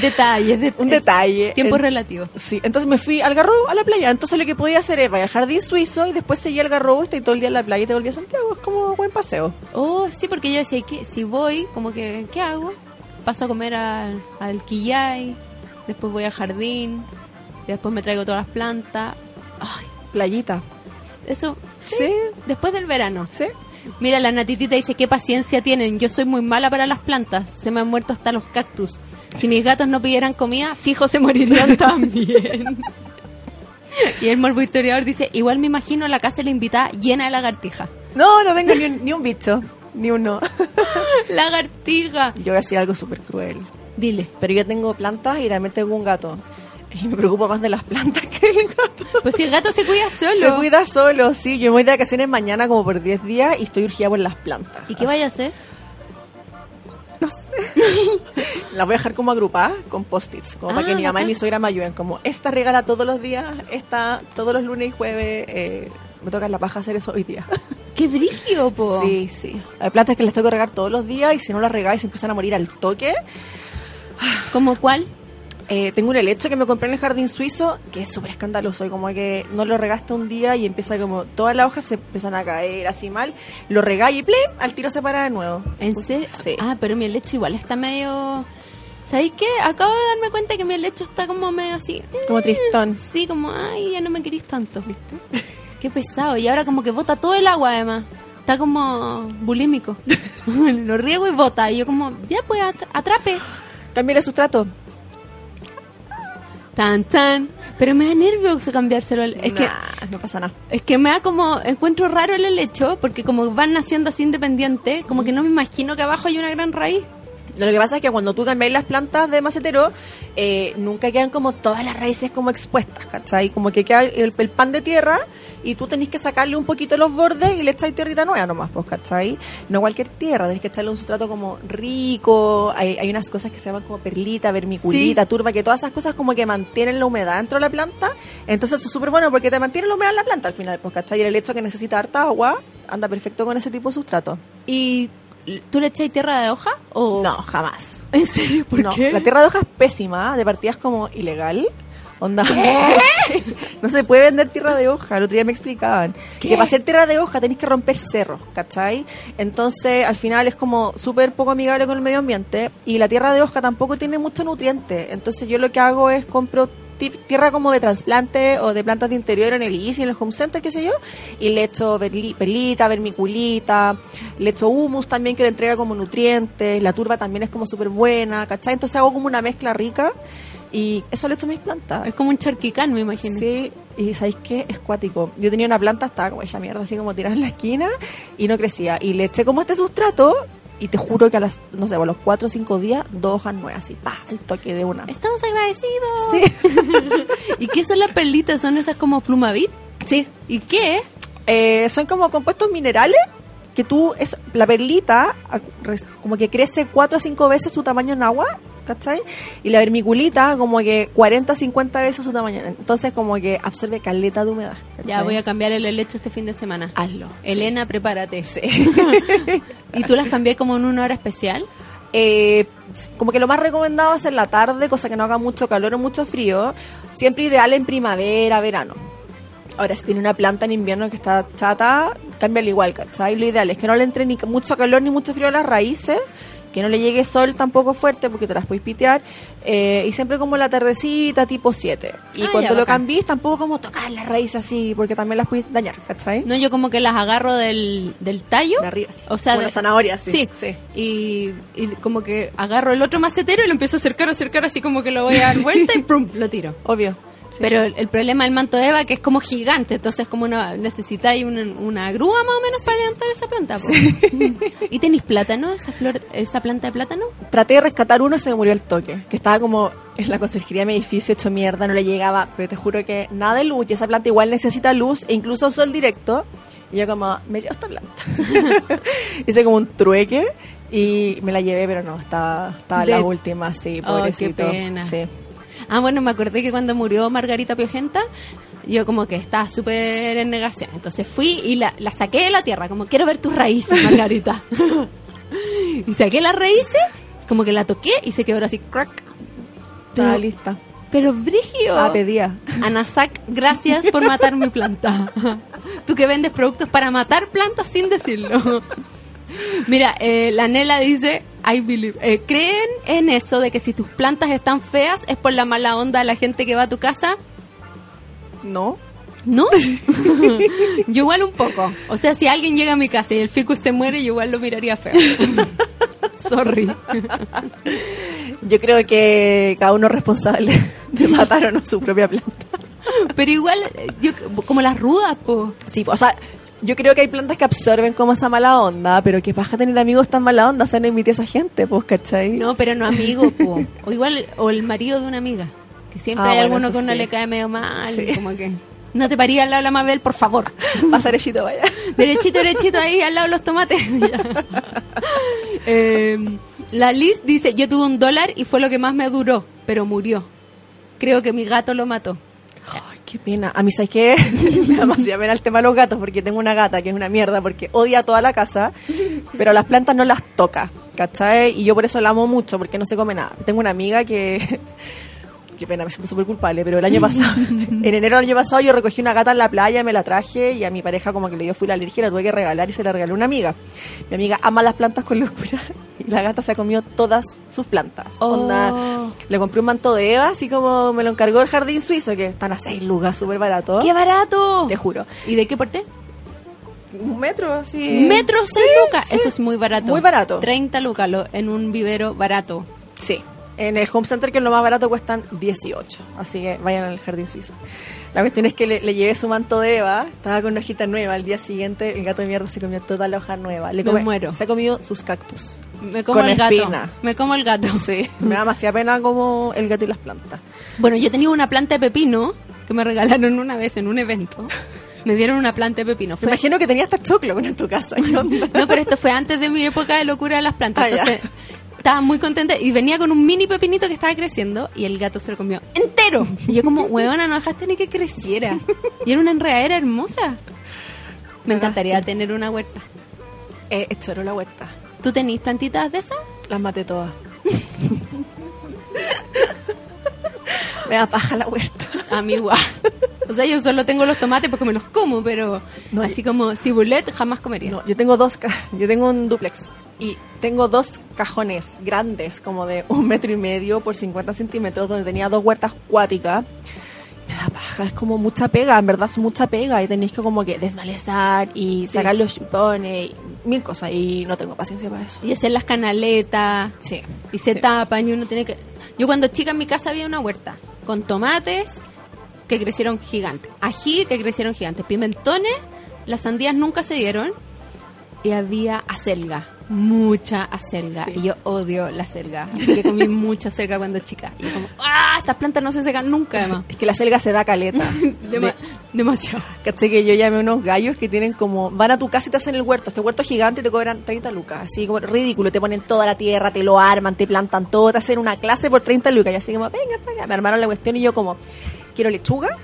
Detalles, de,
Un detalle.
Tiempo
En-
relativo.
Sí, entonces me fui al Garrobo, a la playa. Entonces lo que podía hacer era ir al jardín suizo y después seguía al Garrobo, y todo el día en la playa y te volví a Santiago. Es como buen paseo.
Oh, sí, porque yo decía, ¿qué? si voy, como que, ¿qué hago? Paso a comer al, al quillay, después voy al jardín, y después me traigo todas las plantas. Ay,
Playita.
eso,
Sí,
después del verano.
sí.
Mira, la natitita dice, qué paciencia tienen, yo soy muy mala para las plantas, se me han muerto hasta los cactus. Si mis gatos no pidieran comida, fijo se morirían también. y el morbo historiador dice, igual me imagino la casa de la invitada llena de lagartija.
No, no tengo ni un, ni un bicho, ni uno.
Lagartija.
Yo voy a decir algo súper cruel.
Dile.
Pero yo tengo plantas y realmente tengo un gato. Y me preocupo más de las plantas que del gato.
Pues si el gato se cuida
Se
solo.
cuida solo, sí. Yo me voy de vacaciones mañana como por 10 días y estoy urgida por las plantas.
¿Y qué vaya a hacer?
Las voy a dejar como agrupadas con post-its, como para
Ah,
que mi mamá y
bacán.
mi suegra me ayuden. Como esta regala todos los días, esta todos los lunes y jueves. eh, me toca la paja hacer eso hoy día.
¡Qué brigio, po!
Sí, sí. Hay plantas que les tengo que regar todos los días y si no las regáis se empiezan a morir al toque.
¿Como cuál?
Eh, tengo un helecho que me compré en el jardín suizo que es súper escandaloso y como que no lo regaste un día y empieza como todas las hojas se empiezan a caer así mal. Lo regáis y ¡plim! al tiro se para de nuevo.
¿En serio?
Pues, Sí.
Ah, pero mi lecho igual está medio... ¿Sabéis qué? Acabo de darme cuenta que mi lecho está como medio así.
Como tristón.
Sí, como, ay, ya no me querís tanto. Qué pesado. Y ahora como que bota todo el agua además. Está como bulímico. Lo riego y bota. Y yo como, ya pues, at- atrape.
También el sustrato.
Tan, tan. Pero me da nervioso cambiárselo. al- Es que
Nah, no pasa nada.
Es que me da como, encuentro raro el helecho, porque como van naciendo así independiente, como que no me imagino que abajo hay una gran raíz.
Lo que pasa es que cuando tú cambias las plantas de macetero, eh, nunca quedan como todas las raíces como expuestas, ¿cachai? Como que queda el, el pan de tierra y tú tenés que sacarle un poquito los bordes y le echáis tierrita nueva nomás, pues, ¿cachai? No cualquier tierra, tenés que echarle un sustrato como rico, hay, hay unas cosas que se llaman como perlita, vermiculita, turba, que todas esas cosas como que mantienen la humedad dentro de la planta, entonces eso es súper bueno porque te mantiene la humedad en la planta al final, pues, ¿cachai? Y el hecho que necesita harta agua anda perfecto con ese tipo de sustrato.
¿Y tú le echáis tierra de hoja? O...
No, jamás.
¿En serio? ¿Por
No,
qué?
La tierra de hoja es pésima, de partida es como ilegal. Onda, sí, no se puede vender tierra de hoja, el otro día me explicaban.
¿Qué?
Que para hacer tierra de hoja tenéis que romper cerros, ¿cachai? Entonces, al final es como súper poco amigable con el medio ambiente y la tierra de hoja tampoco tiene mucho nutriente. Entonces, yo lo que hago es compro ti- tierra como de trasplante o de plantas de interior en el ICI, en el home center, qué sé yo, y le echo verli- perlita, vermiculita, le echo humus también que le entrega como nutrientes, la turba también es como súper buena, ¿cachai? Entonces hago como una mezcla rica y eso le echo a mis plantas.
Es como un charquicán, me imagino.
Sí, y ¿sabéis qué? Es cuático. Yo tenía una planta, estaba como esa mierda, así como tirada en la esquina y no crecía. Y le eché como este sustrato y te juro que a las, no sé, a los cuatro o cinco días, dos hojas nuevas, así, pa, el toque de una.
Estamos agradecidos.
Sí,
¿Y qué son las perlitas? ¿Son esas como plumavit?
sí,
¿Y qué?
Eh, son como compuestos minerales que tú, es, la perlita, a- res- como que crece 4 a 5 veces su tamaño en agua, ¿cachai? Y la vermiculita, como que 40 a 50 veces su tamaño. Entonces, como que absorbe caleta de humedad. ¿cachai?
Ya voy a cambiar el helecho este fin de semana.
Hazlo.
Elena, prepárate.
Sí.
¿Y tú las cambié como en una hora especial?
Eh, como que lo más recomendado es en la tarde, cosa que no haga mucho calor o mucho frío. Siempre ideal en primavera, verano. Ahora, si tiene una planta en invierno que está chata, cámbiala igual, ¿cachai? Lo ideal es que no le entre ni mucho calor ni mucho frío a las raíces, que no le llegue sol tampoco fuerte porque te las puedes pitear, eh, y siempre como la tardecita tipo 7. Y
Ah, ya,
cuando lo
bacán.
cambies, tampoco como tocar las raíces así, porque también las puedes dañar, ¿cachai?
No, yo como que las agarro del, del tallo.
De arriba, sí.
O sea,
como
de-
la zanahoria, sí.
sí.
sí.
y, y como que agarro el otro macetero y lo empiezo a acercar, a acercar, así como que lo voy a dar vuelta y prum, lo tiro.
Obvio. Sí.
Pero el, el problema del manto de Eva que es como gigante, entonces como una, necesitáis una, una grúa más o menos para levantar esa planta. po. ¿Y tenéis plátano, esa flor, esa planta de plátano?
Traté de rescatar uno y se me murió el toque. Que estaba como en la conserjería de mi edificio hecho mierda, no le llegaba. Pero te juro que nada de luz. Y esa planta igual necesita luz e incluso sol directo. Y yo como, me llevo esta planta. Hice como un trueque y me la llevé, pero no, estaba, estaba la
De-
última, sí,
Oh, qué
pobrecito.
pena.
Sí.
Ah, bueno, me acordé que cuando murió Margarita Piojenta, yo como que estaba súper en negación. Entonces fui y la, la saqué de la tierra, como quiero ver tus raíces, Margarita. y saqué las raíces, como que la toqué y se quebró así, crack.
Estaba
Pero,
lista.
pero Brigio.
Ah, pedía.
Anasac, gracias por matar mi planta. Tú que vendes productos para matar plantas sin decirlo. Mira, eh, la Nela dice, I believe, eh, ¿creen en eso de que si tus plantas están feas es por la mala onda de la gente que va a tu casa?
No.
¿No? yo igual un poco. O sea, si alguien llega a mi casa y el ficus se muere, yo igual lo miraría feo. Sorry.
Yo creo que cada uno es responsable de matar o no su propia planta.
Pero igual, eh, yo, como las rudas, po.
Sí, o sea, yo creo que hay plantas que absorben como esa mala onda, pero que vas a tener amigos tan mala onda, o sea, no invite a esa gente, pues, ¿cachai?
No, pero no amigo, po. O igual, o el marido de una amiga. Que siempre
Ah,
hay
bueno,
alguno
eso
que uno
sí.
le cae medio mal,
Sí.
como que... No te parí al lado de la Mabel, por favor.
Pasarellito, vaya.
Derechito, derechito, ahí al lado de los tomates. Eh, la Liz dice, yo tuve un dólar y fue lo que más me duró, pero murió. Creo que mi gato lo mató.
Ay, qué pena. A mí, ¿sabes qué? Me da más pena el tema de los gatos, porque tengo una gata que es una mierda, porque odia toda la casa, pero las plantas no las toca, ¿cachai? Y yo por eso la amo mucho, porque no se come nada. Tengo una amiga que... Qué pena, me siento súper culpable, pero el año pasado, en enero del año pasado, yo recogí una gata en la playa, me la traje y a mi pareja como que le dio fui la alergia, la tuve que regalar y se la regaló una amiga. Mi amiga ama las plantas con locura y la gata se ha comido todas sus plantas.
Oh.
Onda, le compré un manto de Eva, así como me lo encargó el jardín suizo, que están a seis lugas, súper barato.
¡Qué barato!
Te juro.
¿Y de qué porte?
Un metro, así.
Metro, 6 lucas. Eso es muy barato.
Eh, Muy barato.
30 lucas lo- en un vivero barato.
Sí. En el home center, que es lo más barato, cuestan 18. Así que vayan al jardín suizo. La cuestión es que le, le llevé su manto de Eva. Estaba con una hojita nueva. Al día siguiente, el gato de mierda se comió toda la hoja nueva. Le
Me
come-
muero.
Se ha comido sus cactus.
Me como
Con
el gato.
espina.
Me como el gato.
Sí. Me da demasiada pena como el gato y las plantas.
Bueno, yo tenía una planta de pepino que me regalaron una vez en un evento. Me dieron una planta de pepino.
Me
Fue-
imagino que tenía hasta choclo en tu casa. ¿Qué onda?
No, pero esto fue antes de mi época de locura de las plantas.
Ah, ya.
Entonces, estaba muy contenta y venía con un mini pepinito que estaba creciendo y el gato se lo comió entero. Y yo como, huevona, no dejaste ni que creciera. Y era una enredadera hermosa. Me encantaría tener una huerta.
Eh, eh, choró la huerta.
¿Tú tenés plantitas de esas?
Las maté todas. Me da paja la huerta.
A mí igual. O sea, yo solo tengo los tomates porque me los como, pero
No,
así como cibulet jamás comería.
No, yo tengo dos, ca- yo tengo un duplex y tengo dos cajones grandes, como de un metro y medio por 50 centímetros, donde tenía dos huertas cuáticas. Me da paja, es como mucha pega, en verdad es mucha pega y tenéis que como que desmalezar y
Sí.
sacar los chupones y mil cosas y no tengo paciencia para eso.
Y hacer las canaletas
Sí.
y se
sí.
tapan y uno tiene que... Yo cuando chica en mi casa había una huerta con tomates que crecieron gigantes, ají que crecieron gigantes, pimentones, las sandías nunca se dieron y había acelga, mucha acelga
Sí.
y yo odio la acelga, así que comí mucha acelga cuando chica y yo como, ah, estas plantas no se secan nunca además.
Es que la selga se da caleta.
Dema- demasiado.
Caché que yo llamé a unos gallos que tienen como. Van a tu casa y te hacen el huerto. Este huerto es gigante y te cobran 30 lucas. Así como ridículo. Te ponen toda la tierra, te lo arman, te plantan todo. Te hacen una clase por 30 lucas. Y así como, venga, para acá. Me armaron la cuestión y yo, como, quiero lechuga,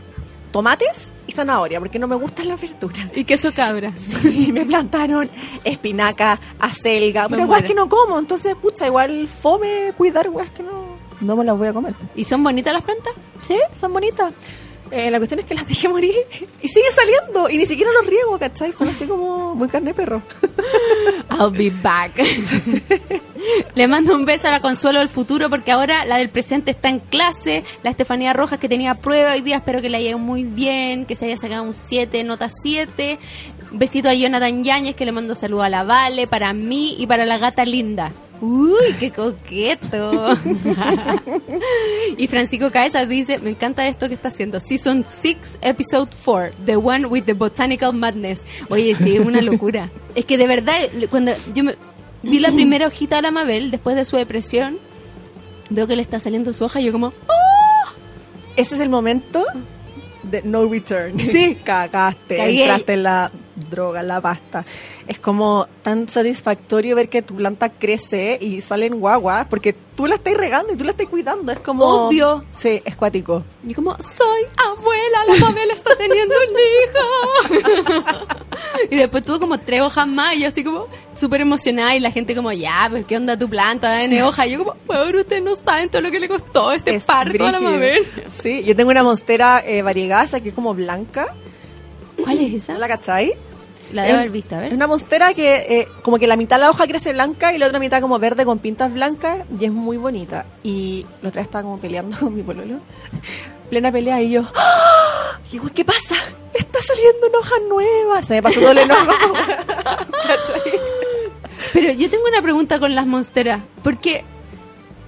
tomates y zanahoria, porque no me gustan las verduras.
Y queso cabra.
Y me plantaron espinaca, acelga,
Me
pero weas
muero.
que no como. Entonces, pucha, igual fome cuidar weas que no. No me las voy a comer.
¿Y son bonitas las plantas?
Sí, son bonitas. Eh, la cuestión es que las dejé morir y sigue saliendo y ni siquiera los riego, ¿cachai? Son así como muy carne de perro.
I'll be back. Le mando un beso a la Consuelo del futuro porque ahora la del presente está en clase. La Estefanía Rojas que tenía prueba hoy día, espero que la llegue muy bien, que se haya sacado un 7, nota 7. Besito a Jonathan Yáñez que le mando saludos a la Vale, para mí y para la gata linda. Uy, qué coqueto. y Francisco Caesar dice, me encanta esto que está haciendo. Season 6, Episode 4, The One with the Botanical Madness. Oye, sí, es una locura. es que de verdad, cuando yo me- vi la primera hojita de la Mabel, después de su depresión, veo que le está saliendo su hoja y yo como, "Oh,
Ese es el momento de no return. Sí. Cagaste,
Cagué.
entraste en la droga, en la pasta. Es como tan satisfactorio ver que tu planta crece y salen guaguas porque tú la estás regando y tú la estás cuidando. Es como...
obvio.
Sí, es cuático.
Y como, soy abuela, la Mabel está teniendo un hijo. y después tuvo como tres hojas más y yo así como súper emocionada y la gente como, ya, pues qué onda tu planta, en hoja. Y yo como, peor, ustedes no saben todo lo que le costó este
Es
parto a la
brígido.
Mabel.
Sí, yo tengo una monstera eh, variegada, que es como blanca.
¿Cuál es esa?
¿No la cachai?
La debo haber visto, a
Es
ver.
una monstera que eh, como que la mitad de la hoja crece blanca y la otra mitad como verde con pintas blancas y es muy bonita. Y la otra vez estaba como peleando con mi pololo. Plena pelea y yo... ¡Ah! ¿Qué, hue- ¿Qué pasa? Está saliendo una hoja nueva. Se me pasó todo el enojo. ¿Cachai?
Pero yo tengo una pregunta con las monsteras. Porque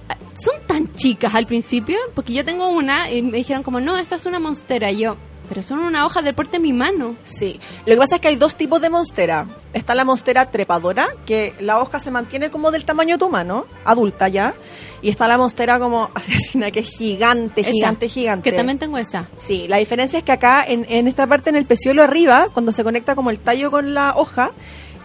ah, son tan chicas al principio. Porque yo tengo una y me dijeron como, no, esta es una monstera. Y yo, pero son una hoja del porte de mi mano.
sí. Lo que pasa es que hay dos tipos de monstera. está la monstera trepadora, que la hoja se mantiene como del tamaño de tu mano, adulta ya. Y está la monstera como asesina, que es gigante,
Esa,
gigante, gigante.
Que también tengo esa.
Sí, la diferencia es que acá, en, en esta parte, en el peciolo arriba, cuando se conecta como el tallo con la hoja,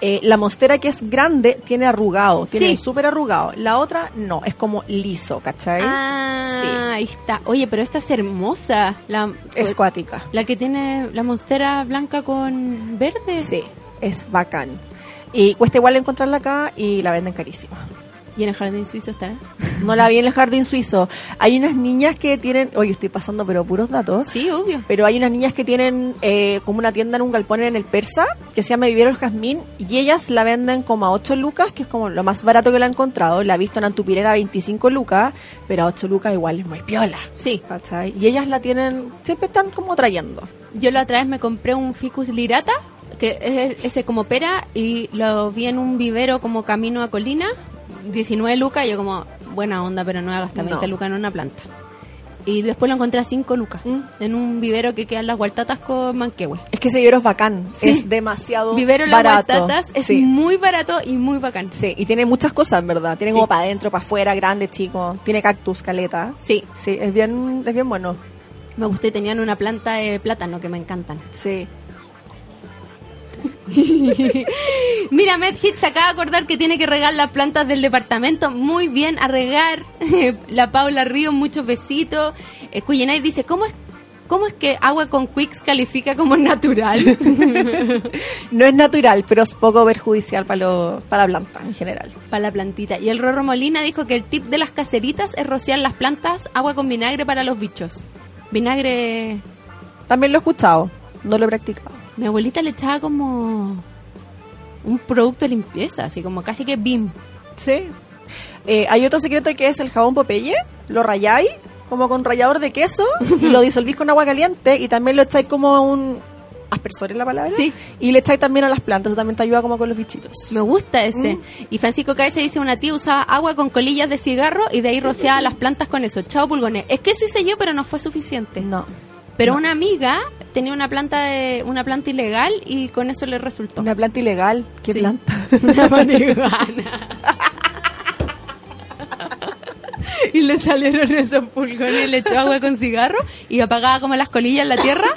eh, la monstera que es grande tiene arrugado,
Sí.
tiene súper arrugado. La otra no, es como liso, ¿cachai?
Ah,
Sí.
ahí está. Oye, pero esta es hermosa. La,
Es cuática.
la que tiene la monstera blanca con verde.
Sí, es bacán. Y cuesta igual encontrarla acá y la venden carísima.
Y en el jardín suizo estará.
No la vi en el jardín suizo. Hay unas niñas que tienen, oye, estoy pasando pero puros datos.
Sí, obvio.
Pero hay unas niñas que tienen eh, como una tienda en un galpón en el Persa, que se llama Vivero el Jazmín, y ellas la venden como a 8 lucas, que es como lo más barato que la he encontrado. La he visto en Antupirera a 25 lucas, pero a 8 lucas igual es muy piola.
Sí.
¿cachai? Y ellas la tienen, siempre están como trayendo.
Yo la otra vez me compré un ficus lirata, que es ese como pera, y lo vi en un vivero como camino a colina. 19 lucas, y yo como, buena onda, pero no voy a gastar 20
No.
lucas en una planta. Y después lo encontré a 5 lucas,
Mm.
en un vivero que quedan las gualtatas con Manquehue.
Es que ese vivero es bacán,
Sí.
es demasiado
Vivero las
barato.
gualtatas es
Sí.
muy barato y muy bacán.
Sí, y tiene muchas cosas, en verdad. Tiene
Sí.
como para adentro, para afuera, grande, chico. Tiene cactus, caleta.
Sí,
Sí, es bien, es bien bueno.
me gustó y tenían una planta de plátano que me encantan.
Sí.
Mira, MedHit se acaba de acordar que tiene que regar las plantas del departamento. Muy bien, a regar. La Paula Río, muchos besitos. Eh, Cuyenay dice, ¿cómo es, ¿cómo es que agua con quicks califica como natural?
No es natural, pero es poco perjudicial para, lo, para la planta en general.
para la plantita. Y el Rorro Molina dijo que el tip de las caseritas es rociar las plantas agua con vinagre para los bichos. Vinagre...
También lo he escuchado, no lo he practicado.
Mi abuelita le echaba como un producto de limpieza, así como casi que bim.
Sí. Eh, hay otro secreto que es el jabón Popeye. Lo rayáis como con rallador de queso y lo disolvís con agua caliente y también lo echáis como a un aspersor es la palabra.
Sí.
Y le echáis también a las plantas. Eso también te ayuda como con los bichitos.
Me gusta
Mm.
ese. Y Francisco Cáez dice, una tía usaba agua con colillas de cigarro y de ahí rociaba las plantas con eso. Chao, pulgones. Es que eso hice yo, pero no fue suficiente.
No.
Pero
no.
una amiga tenía una planta de una planta ilegal y con eso le resultó.
Una planta ilegal. ¿Qué
Sí.
planta?
Una marihuana. Y le salieron esos pulgones, le echó agua con cigarro y apagaba como las colillas en la tierra.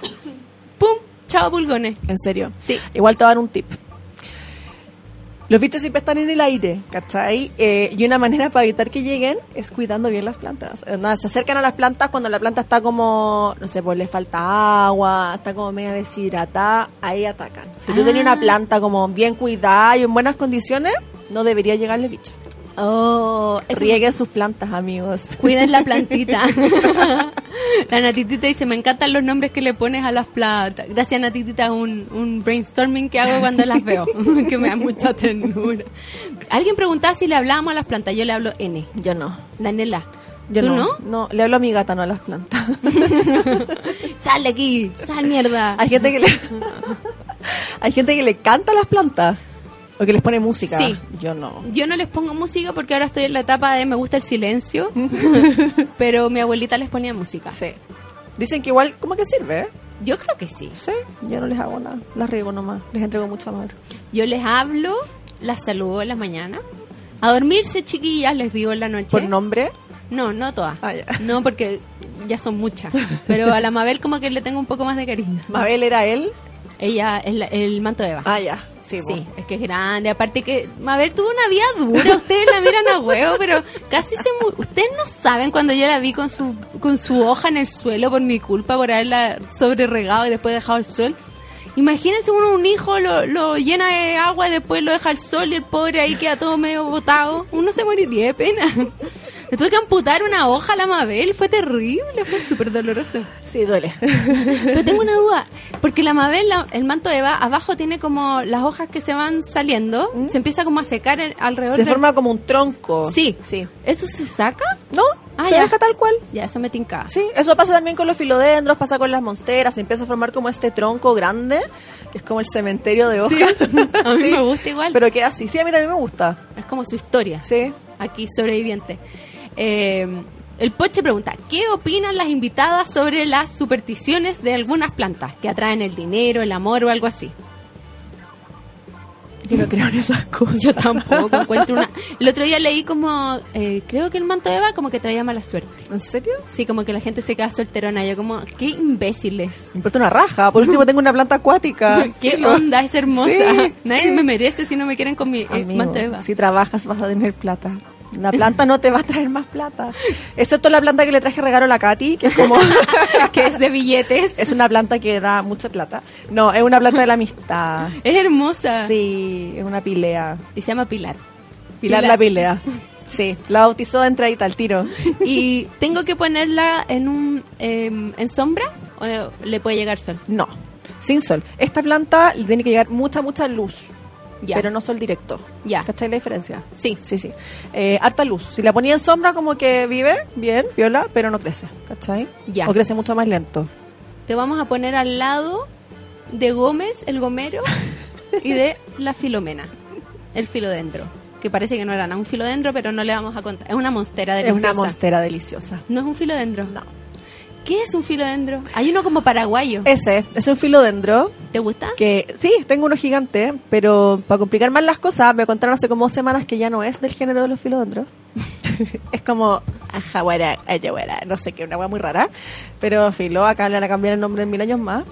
¡Pum! Chao, pulgones.
En serio.
Sí.
Igual te voy a dar un tip. Los bichos siempre están en el aire, ¿cachai? Eh, y una manera para evitar que lleguen es cuidando bien las plantas. Eh, nada, se acercan a las plantas cuando la planta está como, no sé, pues le falta agua, está como media deshidratada, ahí atacan. Si tú
Ah.
tenías una planta como bien cuidada y en buenas condiciones, no debería llegarle bicho.
Oh, eso me
Rieguen sus plantas, amigos.
Cuiden la plantita. la Natitita dice, me encantan los nombres que le pones a las plantas. Gracias Natitita, un, un brainstorming que hago cuando las veo, que me da mucha ternura. Alguien preguntaba si le hablábamos a las plantas, yo le hablo N,
Yo no.
la Nela.
Yo
¿Tú no?
no? No, le hablo a mi gata, no a las plantas.
Sal de aquí, sal mierda.
Hay gente que le Hay gente que le canta a las plantas o que les pone música.
Sí.
Yo no.
Yo no les pongo música porque ahora estoy en la etapa de me gusta el silencio, pero mi abuelita les ponía música.
Sí. Dicen que igual como que sirve, ¿eh?
Yo creo que sí.
Sí, yo no les hago nada, las riego nomás, les entrego mucho amor.
Yo les hablo, las saludo en la mañana. A dormirse, chiquillas, les digo en la noche.
¿Por nombre?
No, no todas.
Ah, ya.
No, porque ya son muchas. Pero a la Mabel como que le tengo un poco más de cariño.
Mabel era él.
Ella es la- el manto de Eva.
Ah, ya. Sí, po.
Sí, es que es grande. Aparte que Mabel tuvo una vida dura. Ustedes la miran a huevo, pero casi se mu- Ustedes no saben cuando yo la vi con su con su hoja en el suelo por mi culpa por haberla sobreregado y después dejado al sol. Imagínense uno un hijo lo, lo llena de agua y después lo deja al sol y el pobre ahí queda todo medio botado. Uno se moriría de pena. Le tuve que amputar una hoja a la Mabel. Fue terrible, fue súper doloroso.
Sí, duele.
Pero tengo una duda, porque la Mabel, la- el manto de Eva, abajo tiene como las hojas que se van saliendo, se empieza como a secar en- alrededor
¿Mm? Se
del-
forma como un tronco.
Sí.
Sí.
¿Eso se saca?
¿No?
Ah,
se
ya.
deja tal cual.
Ya, eso me tinca.
Sí, eso pasa también con los filodendros, pasa con las monsteras, se empieza a formar como este tronco grande, que es como el cementerio de hojas.
A mí
Sí.
me gusta igual.
Pero queda así. Sí, a mí también me gusta.
Es como su historia,
Sí.
aquí sobreviviente. Eh, el Poche pregunta, ¿qué opinan las invitadas sobre las supersticiones de algunas plantas que atraen el dinero, el amor o algo así?
Yo no creo en esas cosas.
Yo tampoco encuentro una. El otro día leí como, eh, creo que el manto de Eva como que traía mala suerte.
¿En serio?
Sí, como que la gente se queda solterona. Yo como, qué imbéciles.
Me importa una raja. Por último, tengo una planta acuática.
¿Qué
Sí,
onda? Es hermosa.
Sí,
Nadie
sí.
me merece si no me quieren con mi eh,
Amigo,
manto de Eva.
si trabajas vas a tener plata. La planta no te va a traer más plata. Excepto la planta que le traje regalo a la Katy, que es como...
que es de billetes. Es,
es una planta que da mucha plata. No, es una planta de la amistad.
hermosa.
Sí, es una pilea.
Y se llama Pilar.
Pilar
Pilar.
la pilea. Sí, la bautizó de entradita al tiro.
Y tengo que ponerla en un eh, en sombra o eh, le puede llegar sol.
No, sin sol. Esta planta le tiene que llegar mucha, mucha luz,
Ya.
pero no sol directo.
ya.
¿Cachai la diferencia?
Sí.
Sí, sí. Eh, harta luz. Si la ponía en sombra, como que vive bien, viola, pero no crece. ¿Cachai?
Ya.
O crece mucho más lento.
Te vamos a poner al lado de Gómez, el gomero, y de la Filomena, el filodendro. Que parece que no era nada un filodendro, pero no le vamos a contar. Es una monstera
Es
deliciosa.
una monstera deliciosa.
No es un filodendro. No. ¿Qué es un filodendro? Hay uno como paraguayo.
Ese es un filodendro
¿Te gusta?
que sí, tengo uno gigante, pero para complicar más las cosas, me contaron hace como dos semanas que ya no es del género de los filodendros. es como ajaguara, ayahuara, no sé qué, una hueá muy rara. Pero filo, acá le van a cambiar el nombre en mil años más.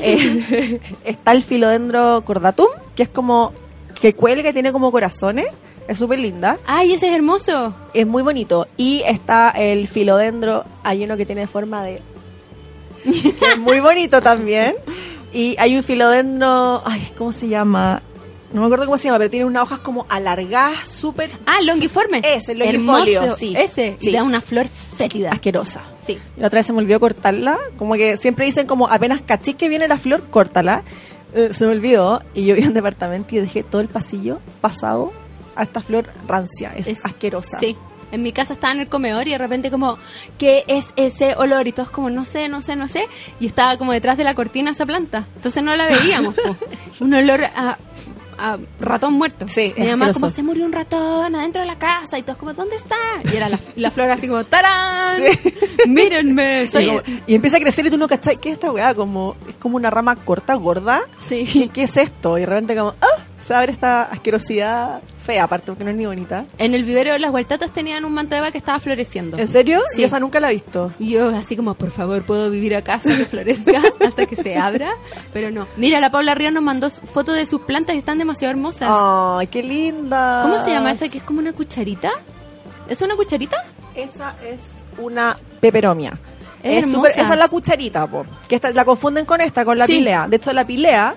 Eh, está el filodendro cordatum, que es como que cuelga y tiene como corazones. Es súper linda,
¡Ay, ese es hermoso!
es muy bonito. Y está el filodendro, hay uno que tiene forma de... que es muy bonito también. Y hay un filodendro, ay, ¿cómo se llama? No me acuerdo cómo se llama, pero tiene unas hojas como alargadas, súper
Ah, longiforme.
Ese, longifolio,
Hermoso,
sí.
Ese. Y
Sí.
le da una flor fétida.
asquerosas.
Sí.
La otra vez se me olvidó cortarla. Como que siempre dicen como apenas cachis que viene la flor, córtala. Eh, se me olvidó. Y yo vi un departamento y dejé todo el pasillo pasado a esta flor rancia. Es,
Es-
asquerosa.
Sí. En mi casa estaba en el comedor y de repente como, ¿qué es ese olor? Y todos como, no sé, no sé, no sé. Y estaba como detrás de la cortina esa planta. Entonces no la veíamos. po. Un olor a, a ratón muerto.
Sí,
Mi mamá
asqueroso.
como, se murió un ratón adentro de la casa. Y todos como, ¿dónde está? Y era la, la flor así como, ¡tarán! ¡Mírenme!
Y,
Soy...
como- y empieza a crecer y tú no cachai. ¿Qué es esta weá? Como, es como una rama corta, gorda. ¿Qué,
Sí.
qué es esto? Y de repente como, ¡ah! Se abre esta asquerosidad fea, aparte porque no es ni bonita.
En el vivero las huertatas tenían un manto de vaca que estaba floreciendo.
¿En serio?
Sí.
Y esa nunca la he visto.
Y Yo así como, por favor, puedo vivir acá hasta que florezca, hasta que se abra, pero no. Mira, la Paula Ríos nos mandó fotos de sus plantas y están demasiado hermosas.
¡Ay, qué linda!
¿Cómo se llama esa que es como una cucharita? ¿Es una cucharita?
Esa es una peperomia.
Es
Es
hermosa.
súper- esa es la cucharita, po, que esta, la confunden con esta, con la
Sí.
pilea. De hecho, la pilea,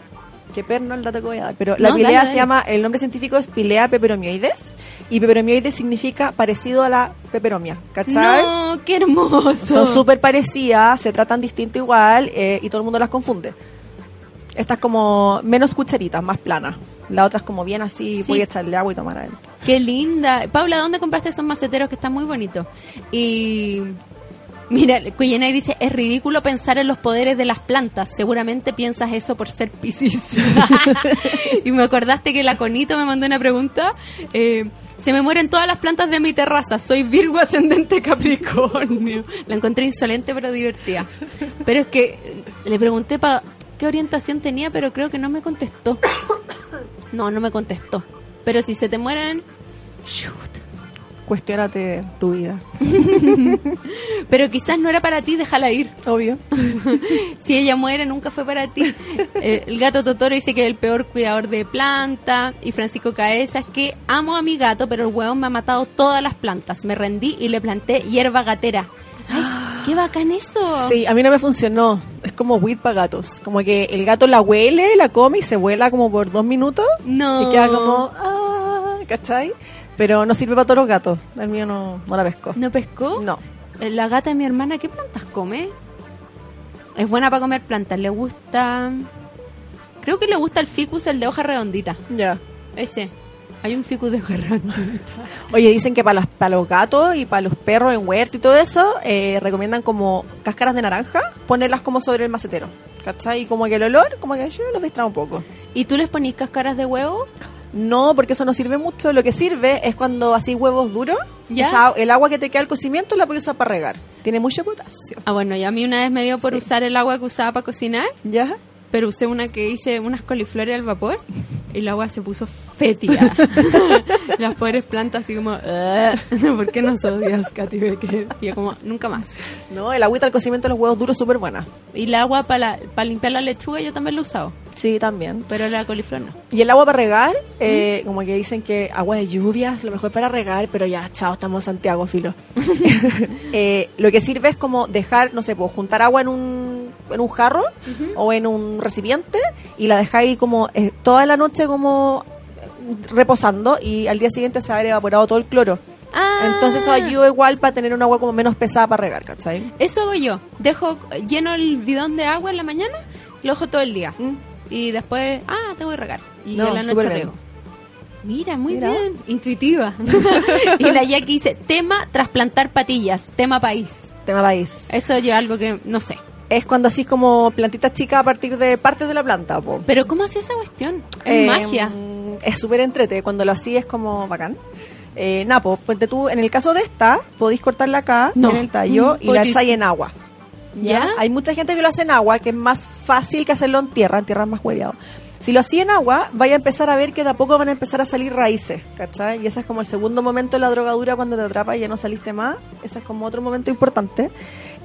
que perno el dato que voy a dar, pero la
No,
pilea
dale, dale.
se llama, el nombre científico es pilea peperomioides, y peperomioides significa parecido a la peperomia, ¿cachai?
No, qué hermoso.
Son súper parecidas, se tratan distinto igual, eh, y todo el mundo las confunde. Esta es como menos cucharita, más plana. La otra es como bien así,
Sí.
voy a echarle agua y tomar a él.
Qué linda. Paula, ¿dónde compraste esos maceteros que están muy bonitos? Y mira, Cuyenay dice, es ridículo pensar en los poderes de las plantas. Seguramente piensas eso por ser piscis. y me acordaste que la Conito me mandó una pregunta. eh, se me mueren todas las plantas de mi terraza. Soy Virgo ascendente Capricornio. La encontré insolente pero divertida. Pero es que eh, le pregunté pa qué orientación tenía, pero creo que no me contestó. No, no me contestó. Pero si se te mueren. shoot.
Cuestiónate tu vida.
Pero quizás no era para ti, déjala ir.
Obvio.
Si ella muere, nunca fue para ti. Eh, el gato Totoro dice que es el peor cuidador de planta. Y Francisco Caesas, que amo a mi gato, pero el huevón me ha matado todas las plantas. Me rendí y le planté hierba gatera. Ay, ¡Qué bacán eso!
Sí, a mí no me funcionó. Es como weed para gatos. Como que el gato la huele, la come y se vuela como por dos minutos
No.
y queda como, ah, ¿cachai? Pero no sirve para todos los gatos. El mío no, no la pesco.
¿No pescó?
No.
Eh, La gata de mi hermana, ¿qué plantas come? Es buena para comer plantas. Le gusta. Creo que le gusta el ficus, el de hoja redondita.
Ya.
Ese. Hay un ficus de jarrón.
Oye, dicen que para las- para los gatos y para los perros en huerto y todo eso, eh, recomiendan como cáscaras de naranja, ponerlas como sobre el macetero. ¿Cachai? Y como que el olor, como que yo los distrae un poco.
¿Y tú les ponís cáscaras de huevo?
No, porque eso no sirve mucho. Lo que sirve es cuando así huevos duros,
¿Ya?
esa- el agua que te queda al cocimiento la puedes usar para regar. Tiene mucho potasio.
Ah, bueno, ya a mí una vez me dio por
Sí.
usar el agua que usaba para cocinar,
¿Ya?
pero usé una que hice unas coliflores al vapor Y la agua se puso fétida. Las pobres plantas así como, "Ugh, ¿por qué nos odias, Katy Becker? Y yo como, nunca más.
No, el agüita al cocimiento de los huevos duros es súper buena.
Y el agua para para limpiar la lechuga yo también lo he usado,
Sí, también.
pero la coliflor no.
Y el agua para regar, eh, como que dicen que agua de lluvia es lo mejor para regar, pero ya, chao, estamos en Santiago, filo. Eh, lo que sirve es como dejar, no sé, pues juntar agua en un, en un jarro o en un recipiente y la dejáis como eh, toda la noche como eh, reposando y al día siguiente se va a haber evaporado todo el cloro.
Ah,
Entonces eso ayuda igual para tener un agua como menos pesada para regar, ¿cachai?
Eso hago yo. Dejo lleno el bidón de agua en la mañana, lo dejo todo el día. Y después, ah, te voy a regar. Y
No,
en la noche
súper bien.
riego. Mira, muy
Mira.
bien. Intuitiva. y la Jackie dice, tema trasplantar patillas, tema país.
Tema país.
Eso yo algo que no sé.
Es cuando así como plantitas chicas a partir de partes de la planta, po.
Pero ¿cómo hacía esa cuestión? Es
Eh,
magia.
mm, Es súper entrete, cuando lo así es como bacán. Eh, Napo, ponte tú, en el caso de esta, podéis cortarla acá,
No.
en el tallo, y la
Podéis-
echáis en agua.
¿Ya?
Hay mucha gente que lo hace en agua, que es más fácil que hacerlo en tierra, en tierra es más hueveado. Si lo hacía en agua, vaya a empezar a ver que de a poco van a empezar a salir raíces, ¿cachai? Y ese es como el segundo momento de la drogadura cuando te atrapa y ya no saliste más. Ese es como otro momento importante.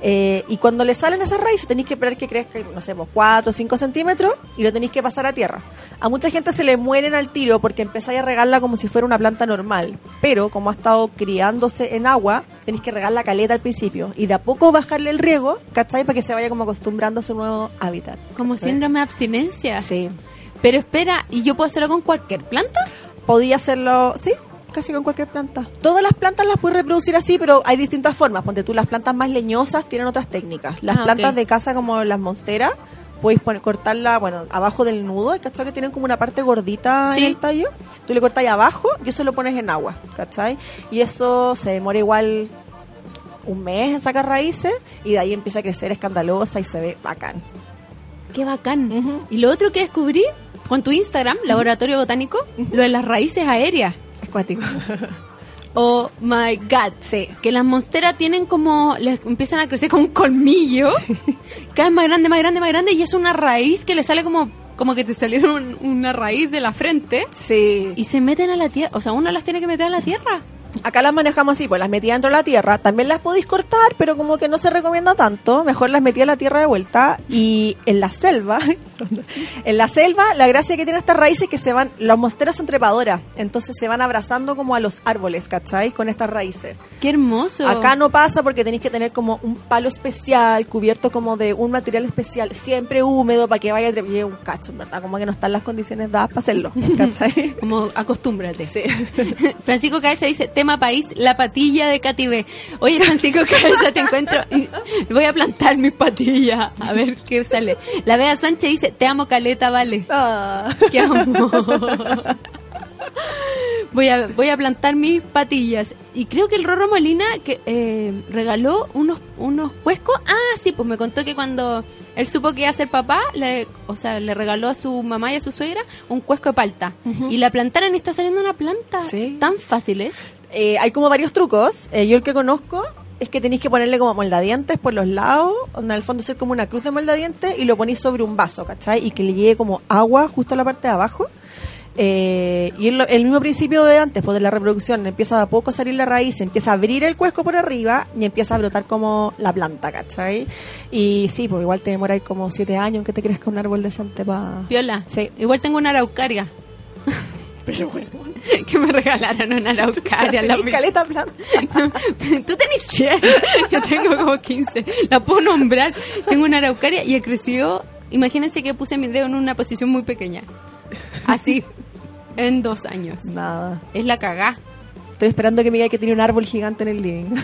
Eh, y cuando le salen esas raíces, tenéis que esperar que crezca, no sé, 4 o 5 centímetros y lo tenéis que pasar a tierra. A mucha gente se le mueren al tiro porque empezáis a regarla como si fuera una planta normal. Pero como ha estado criándose en agua, tenéis que regar la caleta al principio y de a poco bajarle el riego, ¿cachai? Para que se vaya como acostumbrando a su nuevo hábitat.
Como síndrome de abstinencia.
Sí.
Pero espera, ¿y yo puedo hacerlo con cualquier planta?
Podía hacerlo, sí, casi con cualquier planta. Todas las plantas las puedes reproducir así, pero hay distintas formas. Ponte tú, las plantas más leñosas tienen otras técnicas. Las
Ah,
plantas
ok.
de casa como las monsteras, podéis poner, cortarla, bueno, abajo del nudo, ¿cachai? Que tienen como una parte gordita
Sí.
en el tallo. Tú le cortáis abajo y eso lo pones en agua, ¿cachai? Y eso se demora igual un mes en sacar raíces y de ahí empieza a crecer escandalosa y se ve bacán.
Qué bacán. Y lo otro que descubrí con tu Instagram, Laboratorio Botánico, lo de las raíces aéreas.
Es cuático.
Oh my god.
Sí.
Que las monsteras tienen como. les empiezan a crecer como un colmillo. Cada vez más grande, más grande, más grande. Y es una raíz que le sale como. Como que te salieron un- una raíz de la frente.
Sí.
Y se meten a la tierra. O sea, uno las tiene que meter a la tierra.
Acá las manejamos así, pues las metía dentro de la tierra. También las podéis cortar, pero como que no se recomienda tanto. Mejor las metía a la tierra de vuelta. Y en la selva, en la selva, la gracia que tiene estas raíces es que se van, los monsteros son trepadoras. Entonces se van abrazando como a los árboles, ¿cachai? Con estas raíces.
Qué hermoso.
Acá no pasa porque tenéis que tener como un palo especial, cubierto como de un material especial, siempre húmedo, para que vaya a trepar. Y es un cacho, en ¿verdad? Como que no están las condiciones dadas para hacerlo, ¿cachai?
Como acostúmbrate.
Sí.
Francisco Cabeza dice, tema país, la patilla de Katy B. Oye, Francisco Cabeza, te encuentro y voy a plantar mi patilla. A ver qué sale. La Bea Sánchez dice, te amo Caleta, vale.
Ah.
Qué amor. Voy a, voy a plantar mis patillas. Y creo que el Rorro Molina que, eh, regaló unos, unos cuescos. Ah, sí, pues me contó que cuando él supo que iba a ser papá, le, o sea, le regaló a su mamá y a su suegra un cuesco de palta.
Ujú.
Y la plantaron y está saliendo una planta.
Sí.
Tan fácil es.
Eh, hay como varios trucos. Eh, yo el que conozco es que tenéis que ponerle como moldadientes por los lados, en el fondo hacer como una cruz de moldadientes y lo ponéis sobre un vaso, ¿cachai? Y que le llegue como agua justo a la parte de abajo. Eh, y es lo- el mismo principio de antes, pues de la reproducción, empieza de a poco a salir la raíz, empieza a abrir el cuesco por arriba y empieza a brotar como la planta, ¿cachai? Y sí, pues igual te demoráis como siete años en que te crezca un árbol decente para...
Viola.
Sí.
Igual tengo una araucaria.
Pero bueno,
que me regalaron una araucaria. la
la caleta planta.
Tú tenés 100. Yo tengo como 15. La puedo nombrar. Tengo una araucaria y creció. Imagínense que puse mi dedo en una posición muy pequeña. Así. En dos años.
Nada.
Es la cagá.
Estoy esperando que me diga que tiene un árbol gigante en el living.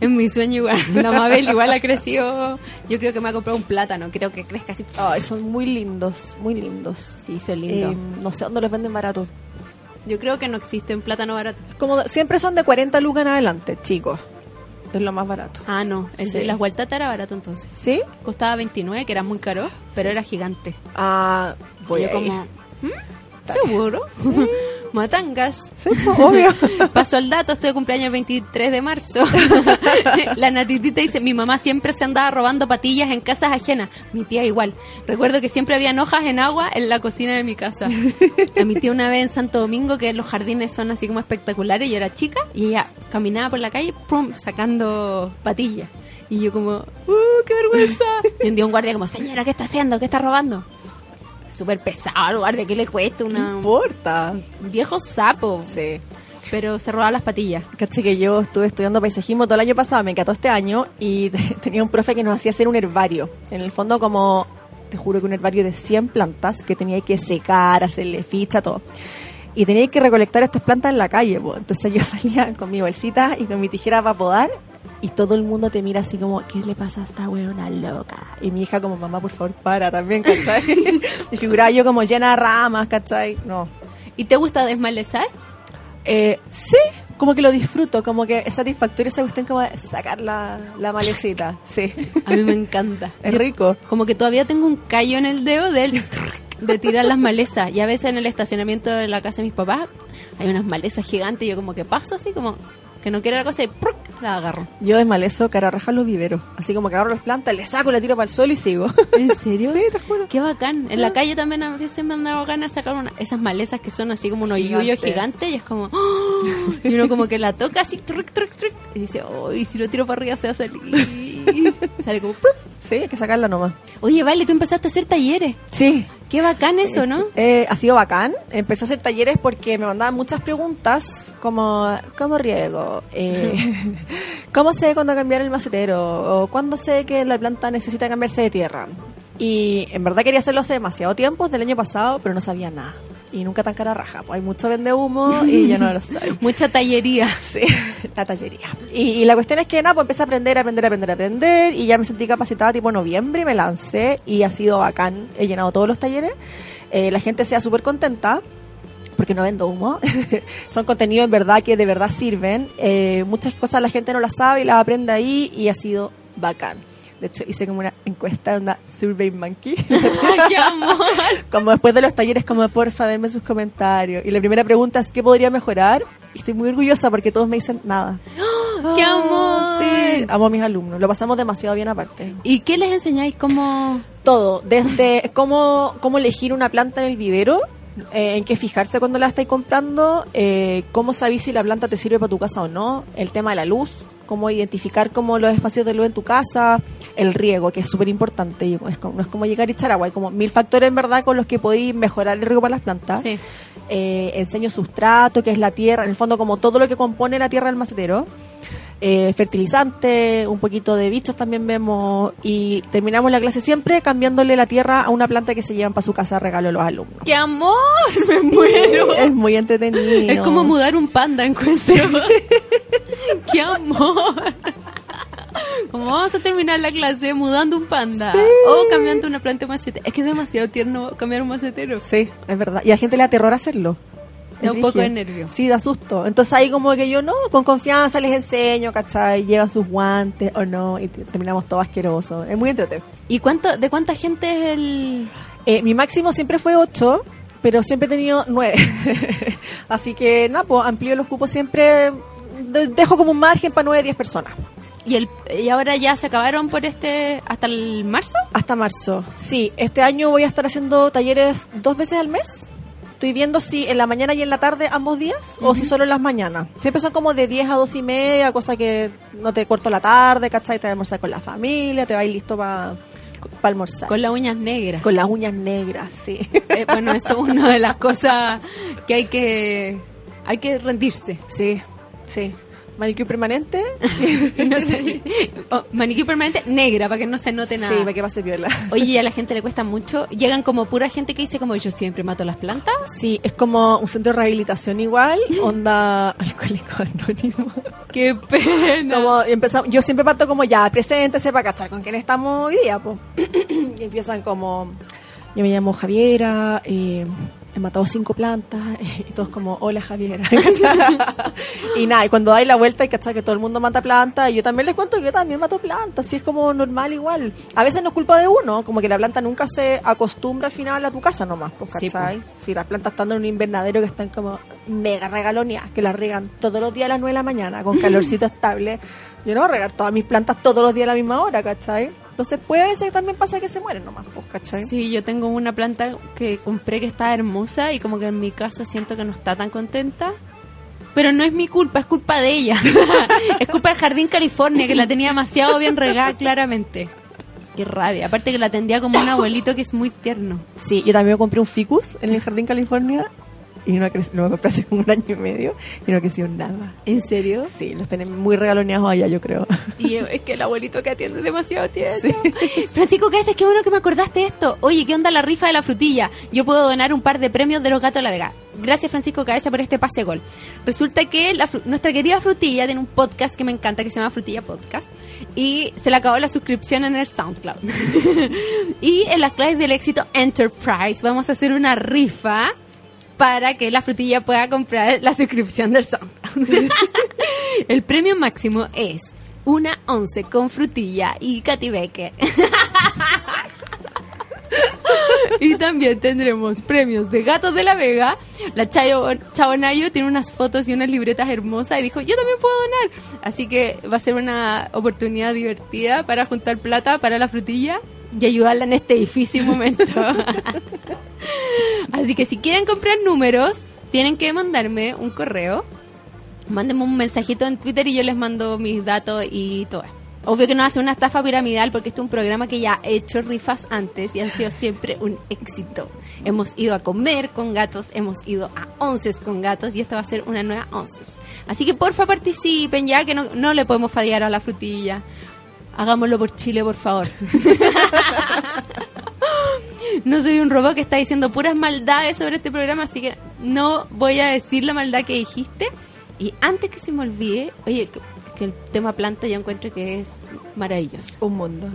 Es mi sueño igual. La Mabel igual ha crecido. Yo creo que me ha comprado un plátano. Creo que crezca así.
Ay, son muy lindos, muy lindos.
Sí, soy lindo.
Eh, no sé dónde los venden baratos.
Yo creo que no existe un plátano barato.
Como siempre son de 40 lucas en adelante, chicos. Es lo más barato.
Ah, no. El de
Sí.
las gualtatas era barato entonces.
¿Sí?
Costaba 29, que era muy caro, pero era gigante.
Ah, voy
yo
a ir.
como, ¿Mm? ¿seguro? matangas.
Sí, pues, obvio.
Paso al dato, estoy de cumpleaños el 23 de marzo. la natitita dice, mi mamá siempre se andaba robando patillas en casas ajenas. Mi tía igual. Recuerdo que siempre había hojas en agua en la cocina de mi casa. A mi tía una vez en Santo Domingo, que los jardines son así como espectaculares, yo era chica y ella caminaba por la calle, pum, sacando patillas. Y yo como, ¡uh, qué vergüenza! Y un día un guardia como, señora, ¿qué está haciendo? ¿Qué está robando? Súper pesado el guardia, ¿qué le cuesta? Una,
No importa.
un viejo sapo.
Sí.
Pero se robaba las patillas.
Caché que yo estuve estudiando paisajismo todo el año pasado, me encantó este año y tenía un profe que nos hacía hacer un herbario. En el fondo como, te juro que un herbario de 100 plantas que tenía que secar, hacerle ficha, todo. Y tenía que recolectar estas plantas en la calle. po. Entonces yo salía con mi bolsita y con mi tijera para podar y todo el mundo te mira así como, ¿qué le pasa a esta weona loca? Y mi hija como, mamá, por favor, para también, ¿cachai? y figuraba yo como llena de ramas, ¿cachai? No,
¿Y te gusta desmalezar?
eh, sí, como que lo disfruto, como que es satisfactorio esa cuestión como de sacar la, la malecita, sí.
A mí me encanta.
Es
Yo
rico.
Como que todavía tengo un callo en el dedo del de tirar las malezas. Y a veces en el estacionamiento de la casa de mis papás hay unas malezas gigantes y yo como que paso así como que no quiero la cosa y ¡pruc! la agarro.
Yo desmalezo cara raja los viveros, así como que agarro las plantas, le saco, le tiro para el suelo y sigo.
¿En serio?
Sí, te juro.
Qué bacán. En la calle también a veces me han dado ganas de sacar una- esas malezas que son así como unos
Gigante.
yuyos gigantes y es como... ¡oh! Y uno como que la toca así, truc, truc, truc, y dice, oh, y si lo tiro para arriba se va a salir. Sale como... ¡pruc!
Sí, hay que sacarla nomás.
Oye, vale, tú empezaste a hacer talleres.
Sí,
Qué bacán eso, ¿no?
Eh, ha sido bacán. Empecé a hacer talleres porque me mandaban muchas preguntas como ¿cómo riego? Eh, ¿Cómo sé cuándo cambiar el macetero? ¿O cuándo sé que la planta necesita cambiarse de tierra? Y en verdad quería hacerlo hace demasiado tiempo, desde el año pasado, pero no sabía nada. Y nunca tan cara raja. Pues hay mucho vende humo y yo no lo sé.
Mucha tallería.
Sí, la tallería. Y, y la cuestión es que nada, pues empecé a aprender, a aprender, a aprender, a aprender y ya me sentí capacitada tipo noviembre, me lancé y ha sido bacán. He llenado todos los talleres. Eh, la gente sea súper contenta porque no vendo humo. Son contenidos en verdad que de verdad sirven. Eh, muchas cosas la gente no las sabe y las aprende ahí y ha sido bacán. De hecho, hice como una encuesta, una Survey Monkey.
¡Qué amor!
Como después de los talleres, como porfa, denme sus comentarios. Y la primera pregunta es, ¿qué podría mejorar? Y estoy muy orgullosa porque todos me dicen nada.
¡Qué
Ah,
amor!
Sí, amo a mis alumnos. Lo pasamos demasiado bien aparte.
¿Y qué les enseñáis? ¿Cómo...?
Todo, desde cómo, cómo elegir una planta en el vivero, eh, en qué fijarse cuando la estáis comprando, eh, cómo sabís si la planta te sirve para tu casa o no, el tema de la luz, cómo identificar como los espacios de luz en tu casa, el riego, que es súper importante. y es como- No es como llegar y echar agua, hay como mil factores en verdad con los que podéis mejorar el riego para las plantas.
Sí.
Eh, enseño sustrato, que es la tierra, en el fondo como todo lo que compone la tierra del macetero. Eh, fertilizante, un poquito de bichos también vemos y terminamos la clase siempre cambiándole la tierra a una planta que se llevan para su casa regalo a los alumnos.
¡Qué amor! ¡Me muero!
Es muy entretenido.
Es como mudar un panda en cuestión. ¡Qué amor! Como vamos a terminar la clase mudando un panda o cambiando una planta de macetero. Es que es demasiado tierno cambiar un macetero.
Sí, es verdad. Y a la gente le aterrora hacerlo.
Da
Es
un poco
brígido.
de nervio.
Sí, da susto. Entonces ahí como que yo no, con confianza les enseño, ¿cachai? Llevan sus guantes o no y te- terminamos todo asqueroso. Es muy entretenido.
¿Y cuánto, de cuánta gente es el...?
Eh, mi máximo siempre fue 8, pero siempre he tenido 9. Así que, nada, pues amplío los cupos siempre. mm, de- Dejo como un margen para 9, 10 personas.
Y, el, y ahora ya se acabaron por este... ¿Hasta el marzo?
Hasta marzo. Sí, este año voy a estar haciendo talleres dos veces al mes. Estoy viendo si en la mañana y en la tarde ambos días o si solo en las mañanas. Siempre son como de 10 a 2 y media, cosa que no te corto la tarde, ¿cachai? Te vas a almorzar con la familia, te vas listo para almorzar.
Con las uñas negras.
con las uñas negras, sí.
Eh, bueno, eso es una de las cosas que hay que hay que rendirse.
Sí, sí. Manicure permanente.
No sé, o maniquí permanente negra para que no se note nada.
Sí, para que pase viola.
Oye, y a la gente le cuesta mucho. Llegan como pura gente que dice como yo siempre mato las plantas.
Sí, es como un centro de rehabilitación igual, onda alcohólico anónimo.
Qué pena.
Como empezamos, yo siempre parto como ya, preséntese para cachar con quién estamos hoy día, po. y empiezan como, yo me llamo Javiera, eh, he matado cinco plantas y todos como, hola Javiera. y nada, y cuando dais la vuelta y cachai que todo el mundo mata plantas, y yo también les cuento que yo también mato plantas, así es como normal igual. A veces no es culpa de uno, como que la planta nunca se acostumbra al final a tu casa nomás, pues,
Sí,
¿cachai? Si las plantas están en un invernadero que están como mega regaloneadas, que las regan todos los días a las 9 de la mañana, con calorcito estable, yo no voy a regar todas mis plantas todos los días a la misma hora, ¿cachai? Entonces puede ser también pasa que se mueren nomás, pues, ¿cachai?
Sí, yo tengo una planta que compré que está hermosa y como que en mi casa siento que no está tan contenta. Pero no es mi culpa, es culpa de ella. es culpa del Jardín California, que la tenía demasiado bien regada claramente. Qué rabia. Aparte que la atendía como un abuelito que es muy tierno.
Sí, yo también compré un ficus en el Jardín California y no ha creci- lo compré hace como un año y medio y no ha crecido nada.
¿En serio?
Sí, los tienen muy regaloneados allá, yo creo.
Y es que el abuelito que atiende es demasiado tierno. Francisco, ¿qué haces? Qué bueno que me acordaste de esto. Oye, ¿qué onda la rifa de la frutilla? Yo puedo donar un par de premios de los gatos de la Vega. Gracias, Francisco Cabeza, por este pase gol. Resulta que la fru- nuestra querida Frutilla tiene un podcast que me encanta que se llama Frutilla Podcast y se le acabó la suscripción en el SoundCloud. y en las claves del éxito Enterprise vamos a hacer una rifa para que la frutilla pueda comprar la suscripción del SoundCloud. el premio máximo es una once con frutilla y cativeque. Y también tendremos premios de Gatos de la Vega. La Chayo- Chabonayo tiene unas fotos y unas libretas hermosas y dijo, yo también puedo donar. Así que va a ser una oportunidad divertida para juntar plata para la frutilla y ayudarla en este difícil momento. Así que si quieren comprar números, tienen que mandarme un correo. Mándenme un mensajito en Twitter y yo les mando mis datos y todo. Obvio que no hace una estafa piramidal porque este es un programa que ya he hecho rifas antes y han sido siempre un éxito. Hemos ido a comer con gatos, hemos ido a once con gatos y esta va a ser una nueva once. Así que porfa participen ya que no, no le podemos fallar a la frutilla. Hagámoslo por Chile, por favor. No soy un robot que está diciendo puras maldades sobre este programa, así que no voy a decir la maldad que dijiste. Y antes que se me olvide, oye, que, que el tema planta yo encuentro que es maravilloso.
Un mundo.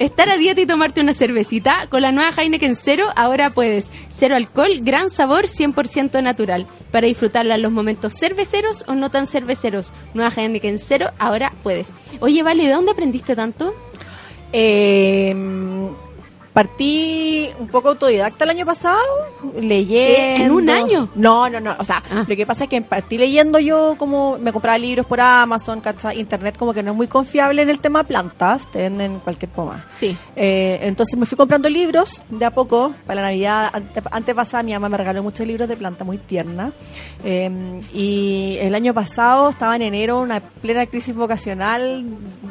Estar a dieta y tomarte una cervecita con la nueva Heineken Cero, ahora puedes. Cero alcohol, gran sabor, 100% natural. Para disfrutarla en los momentos cerveceros o no tan cerveceros. Nueva Heineken Cero, ahora puedes. Oye, Vale, ¿de dónde aprendiste tanto?
Eh, partí un poco autodidacta el año pasado, leyendo.
¿En un año?
No, no, no. O sea,
Ah.
lo que pasa es que partí leyendo yo como me compraba libros por Amazon, ¿cachai? Internet como que no es muy confiable en el tema plantas, te venden cualquier poma.
Sí.
Eh, entonces me fui comprando libros de a poco para la Navidad. Antes, antes pasada mi mamá me regaló muchos libros de planta muy tierna. Eh, y el año pasado estaba en enero una plena crisis vocacional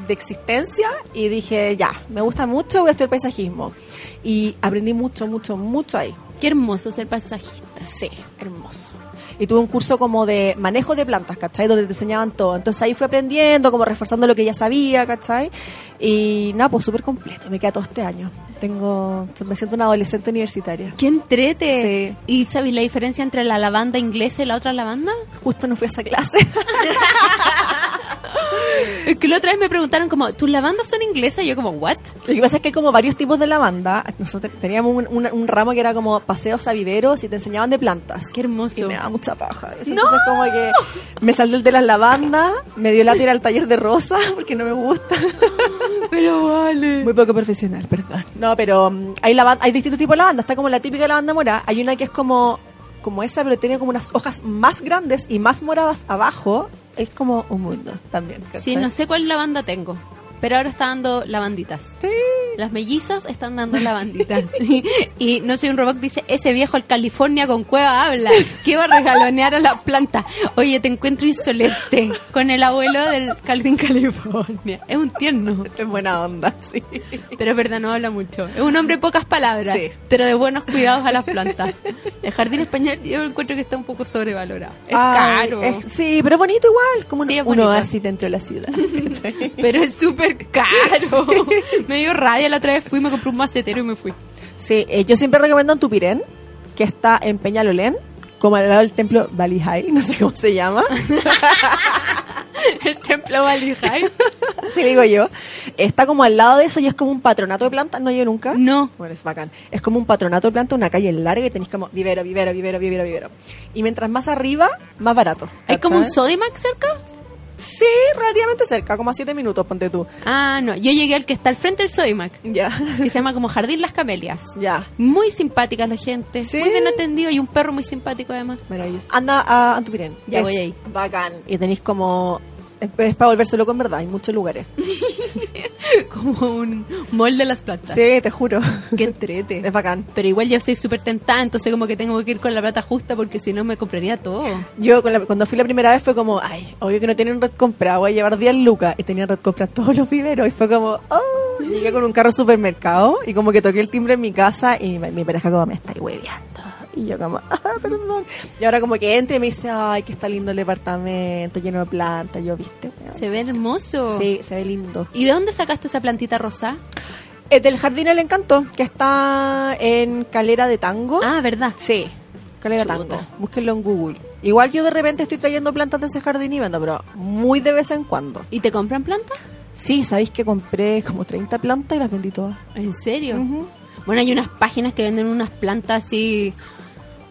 de existencia y dije, ya, me gusta mucho, voy a estudiar paisajismo. Y aprendí mucho, mucho, mucho ahí.
Qué hermoso ser pasajista.
Sí, hermoso. Y tuve un curso como de manejo de plantas, ¿cachai? Donde te enseñaban todo. Entonces ahí fui aprendiendo, como reforzando lo que ya sabía, ¿cachai? Y nada, pues súper completo. Me queda todo este año. Tengo, me siento una adolescente universitaria.
Qué entrete.
Sí,
¿Y sabes la diferencia entre la lavanda inglesa y la otra lavanda?
justo no fui a esa clase.
Es que la otra vez me preguntaron como, ¿tus lavandas son inglesas? Y yo como, ¿what?
Lo que pasa es que hay como varios tipos de lavanda. Nosotros teníamos un, un- un ramo que era como paseos a viveros y te enseñaban de plantas.
Qué hermoso.
Y me da mucha paja. Eso,
¡No!
Entonces como que me salió el de las lavandas, me dio la tira al taller de rosa porque no me gusta.
Pero vale.
Muy poco profesional, perdón. No, pero mm, hay lavan- hay distintos tipos de lavanda. Está como la típica lavanda mora. Hay una que es como, como esa, pero tiene como unas hojas más grandes y más moradas abajo. Es como un mundo también. ¿cachai?
Sí, no sé cuál lavanda tengo. Pero ahora está dando lavanditas.
Sí.
Las mellizas están dando lavanditas. y no soy un robot que dice, ese viejo al California con cueva habla. Que va a regalonear a la planta. Oye, te encuentro insolente con el abuelo del Jardín California. Es un tierno.
Es buena onda, sí.
Pero es verdad, no habla mucho. Es un hombre de pocas palabras,
Sí.
pero de buenos cuidados a las plantas. El jardín español yo encuentro que está un poco sobrevalorado. Es
Ay,
caro,
es- sí, pero es bonito igual. Como
Sí, es
uno
bonito.
así dentro de la ciudad. ¿cachai?
pero es súper caro. Me dio rabia la otra vez, fui, me compré un macetero y me fui.
sí, eh, yo siempre recomiendo Tupirén, que está en Peñalolén. Como al lado del templo Balihai, no sé cómo se llama.
El templo Valijay.
si le digo yo, está como al lado de eso y es como un patronato de plantas, no yo nunca.
No.
Bueno, es bacán. Es como un patronato de planta, una calle larga y tenéis como vivero, vivero, vivero, vivero, vivero. Y mientras más arriba, más barato.
¿Hay como un
¿cachai?
Sodimac cerca?
Sí, relativamente cerca, como a 7 minutos, ponte tú.
Ah, no. Yo llegué al que está al frente del Sodimac,
Ya,
que se llama como Jardín Las Camelias.
ya.
Muy simpática la gente,
Sí.
muy bien atendido y un perro muy simpático además.
Maravilloso. Anda a Antupirén.
Ya
Es
voy ahí.
Bacán. Y tenéis como. Es es para volverse loco en verdad, hay muchos lugares.
Como un molde de las plantas.
Sí, te juro.
Qué trete.
Es bacán.
Pero igual yo soy súper tentada, entonces como que tengo que ir con la plata justa porque si no me compraría todo.
Yo con la- cuando fui la primera vez fue como, ay, obvio que no tienen red compra, voy a llevar 10 lucas. Y tenían red compra todos los viveros. Y fue como, oh, llegué con un carro al supermercado y como que toqué el timbre en mi casa y mi, mi pareja como, me estáis hueveando. Y yo como, ah, perdón. Y ahora como que entra y me dice, ay, que está lindo el departamento, lleno de plantas. Yo, viste, weón?".
Se ve hermoso.
Sí, se ve lindo.
¿Y de dónde sacaste esa plantita rosa?
Es del Jardín del Encanto, que está en Calera de Tango.
Ah, verdad.
Sí, Calera de
Chuta.
Tango. Búsquenlo en Google. Igual yo de repente estoy trayendo plantas de ese jardín y vendo, pero muy de vez en cuando.
¿Y te compran plantas?
Sí, sabéis que compré como 30 plantas y las vendí todas.
¿En serio?
Ujú.
Bueno, hay unas páginas que venden unas plantas así.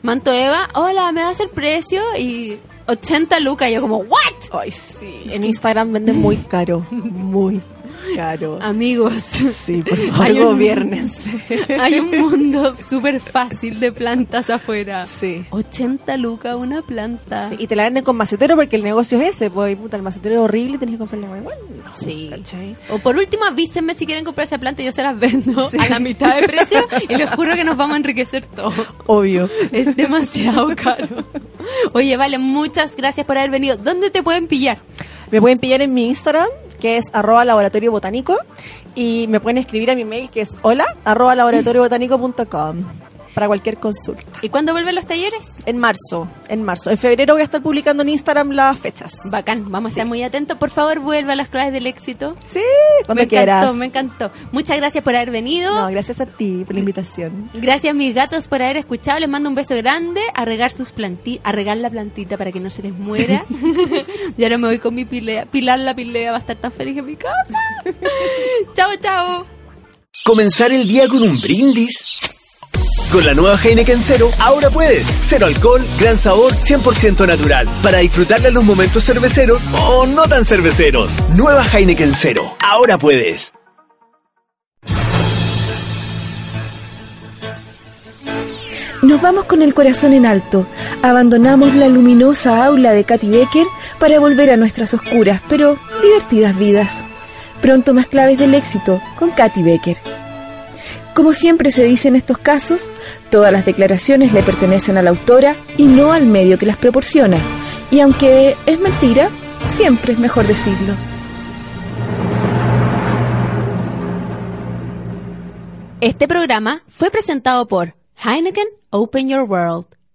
Manto Eva, hola, me das el precio y 80 lucas. Y yo como, ¿what?
Ay, sí. En Instagram venden muy caro. Ah. Muy caro.
Amigos,
Sí, por
Hay
favor,
un-
gobiernense.
hay un mundo súper fácil de plantas afuera.
Sí.
80 lucas una planta.
Sí, y te la venden con macetero porque el negocio es ese. Pues, puta, el macetero es horrible y tenés que comprarle más. Bueno,
Sí.
¿cachai?
O por último, avísenme si quieren comprar esa planta y yo se las vendo
Sí.
a la mitad de precio y les juro que nos vamos a enriquecer todos.
Obvio.
Es demasiado caro. Oye, vale, muchas gracias por haber venido. ¿Dónde te pueden pillar?
Me pueden pillar en mi Instagram, que es arroba laboratorio botánico, y me pueden escribir a mi mail, que es hola arroba laboratoriobotánico.com, para cualquier consulta.
¿Y cuándo vuelven los talleres?
En marzo, en marzo. En febrero voy a estar publicando en Instagram las fechas.
Bacán, vamos a estar muy atentos. Por favor, vuelve a las claves del éxito.
Sí,
me
cuando
encantó,
quieras.
me encantó. Muchas gracias por haber venido.
No, gracias a ti por la invitación.
Gracias mis gatos por haber escuchado. Les mando un beso grande. A regar sus planti a regar la plantita para que no se les muera. ya no me voy con mi pilea. Pilar la pilea va a estar tan feliz en mi casa. chao, chao.
Comenzar el día con un brindis. Con la nueva Heineken Cero, ahora puedes. Cero alcohol, gran sabor, 100% natural. Para disfrutarla en los momentos cerveceros o no tan cerveceros. Nueva Heineken Cero, ahora puedes.
Nos vamos con el corazón en alto. Abandonamos la luminosa aula de Katy Becker para volver a nuestras oscuras pero divertidas vidas. Pronto más claves del éxito con Katy Becker. Como siempre se dice en estos casos, todas las declaraciones le pertenecen a la autora y no al medio que las proporciona. Y aunque es mentira, siempre es mejor decirlo.
Este programa fue presentado por Heineken Open Your World.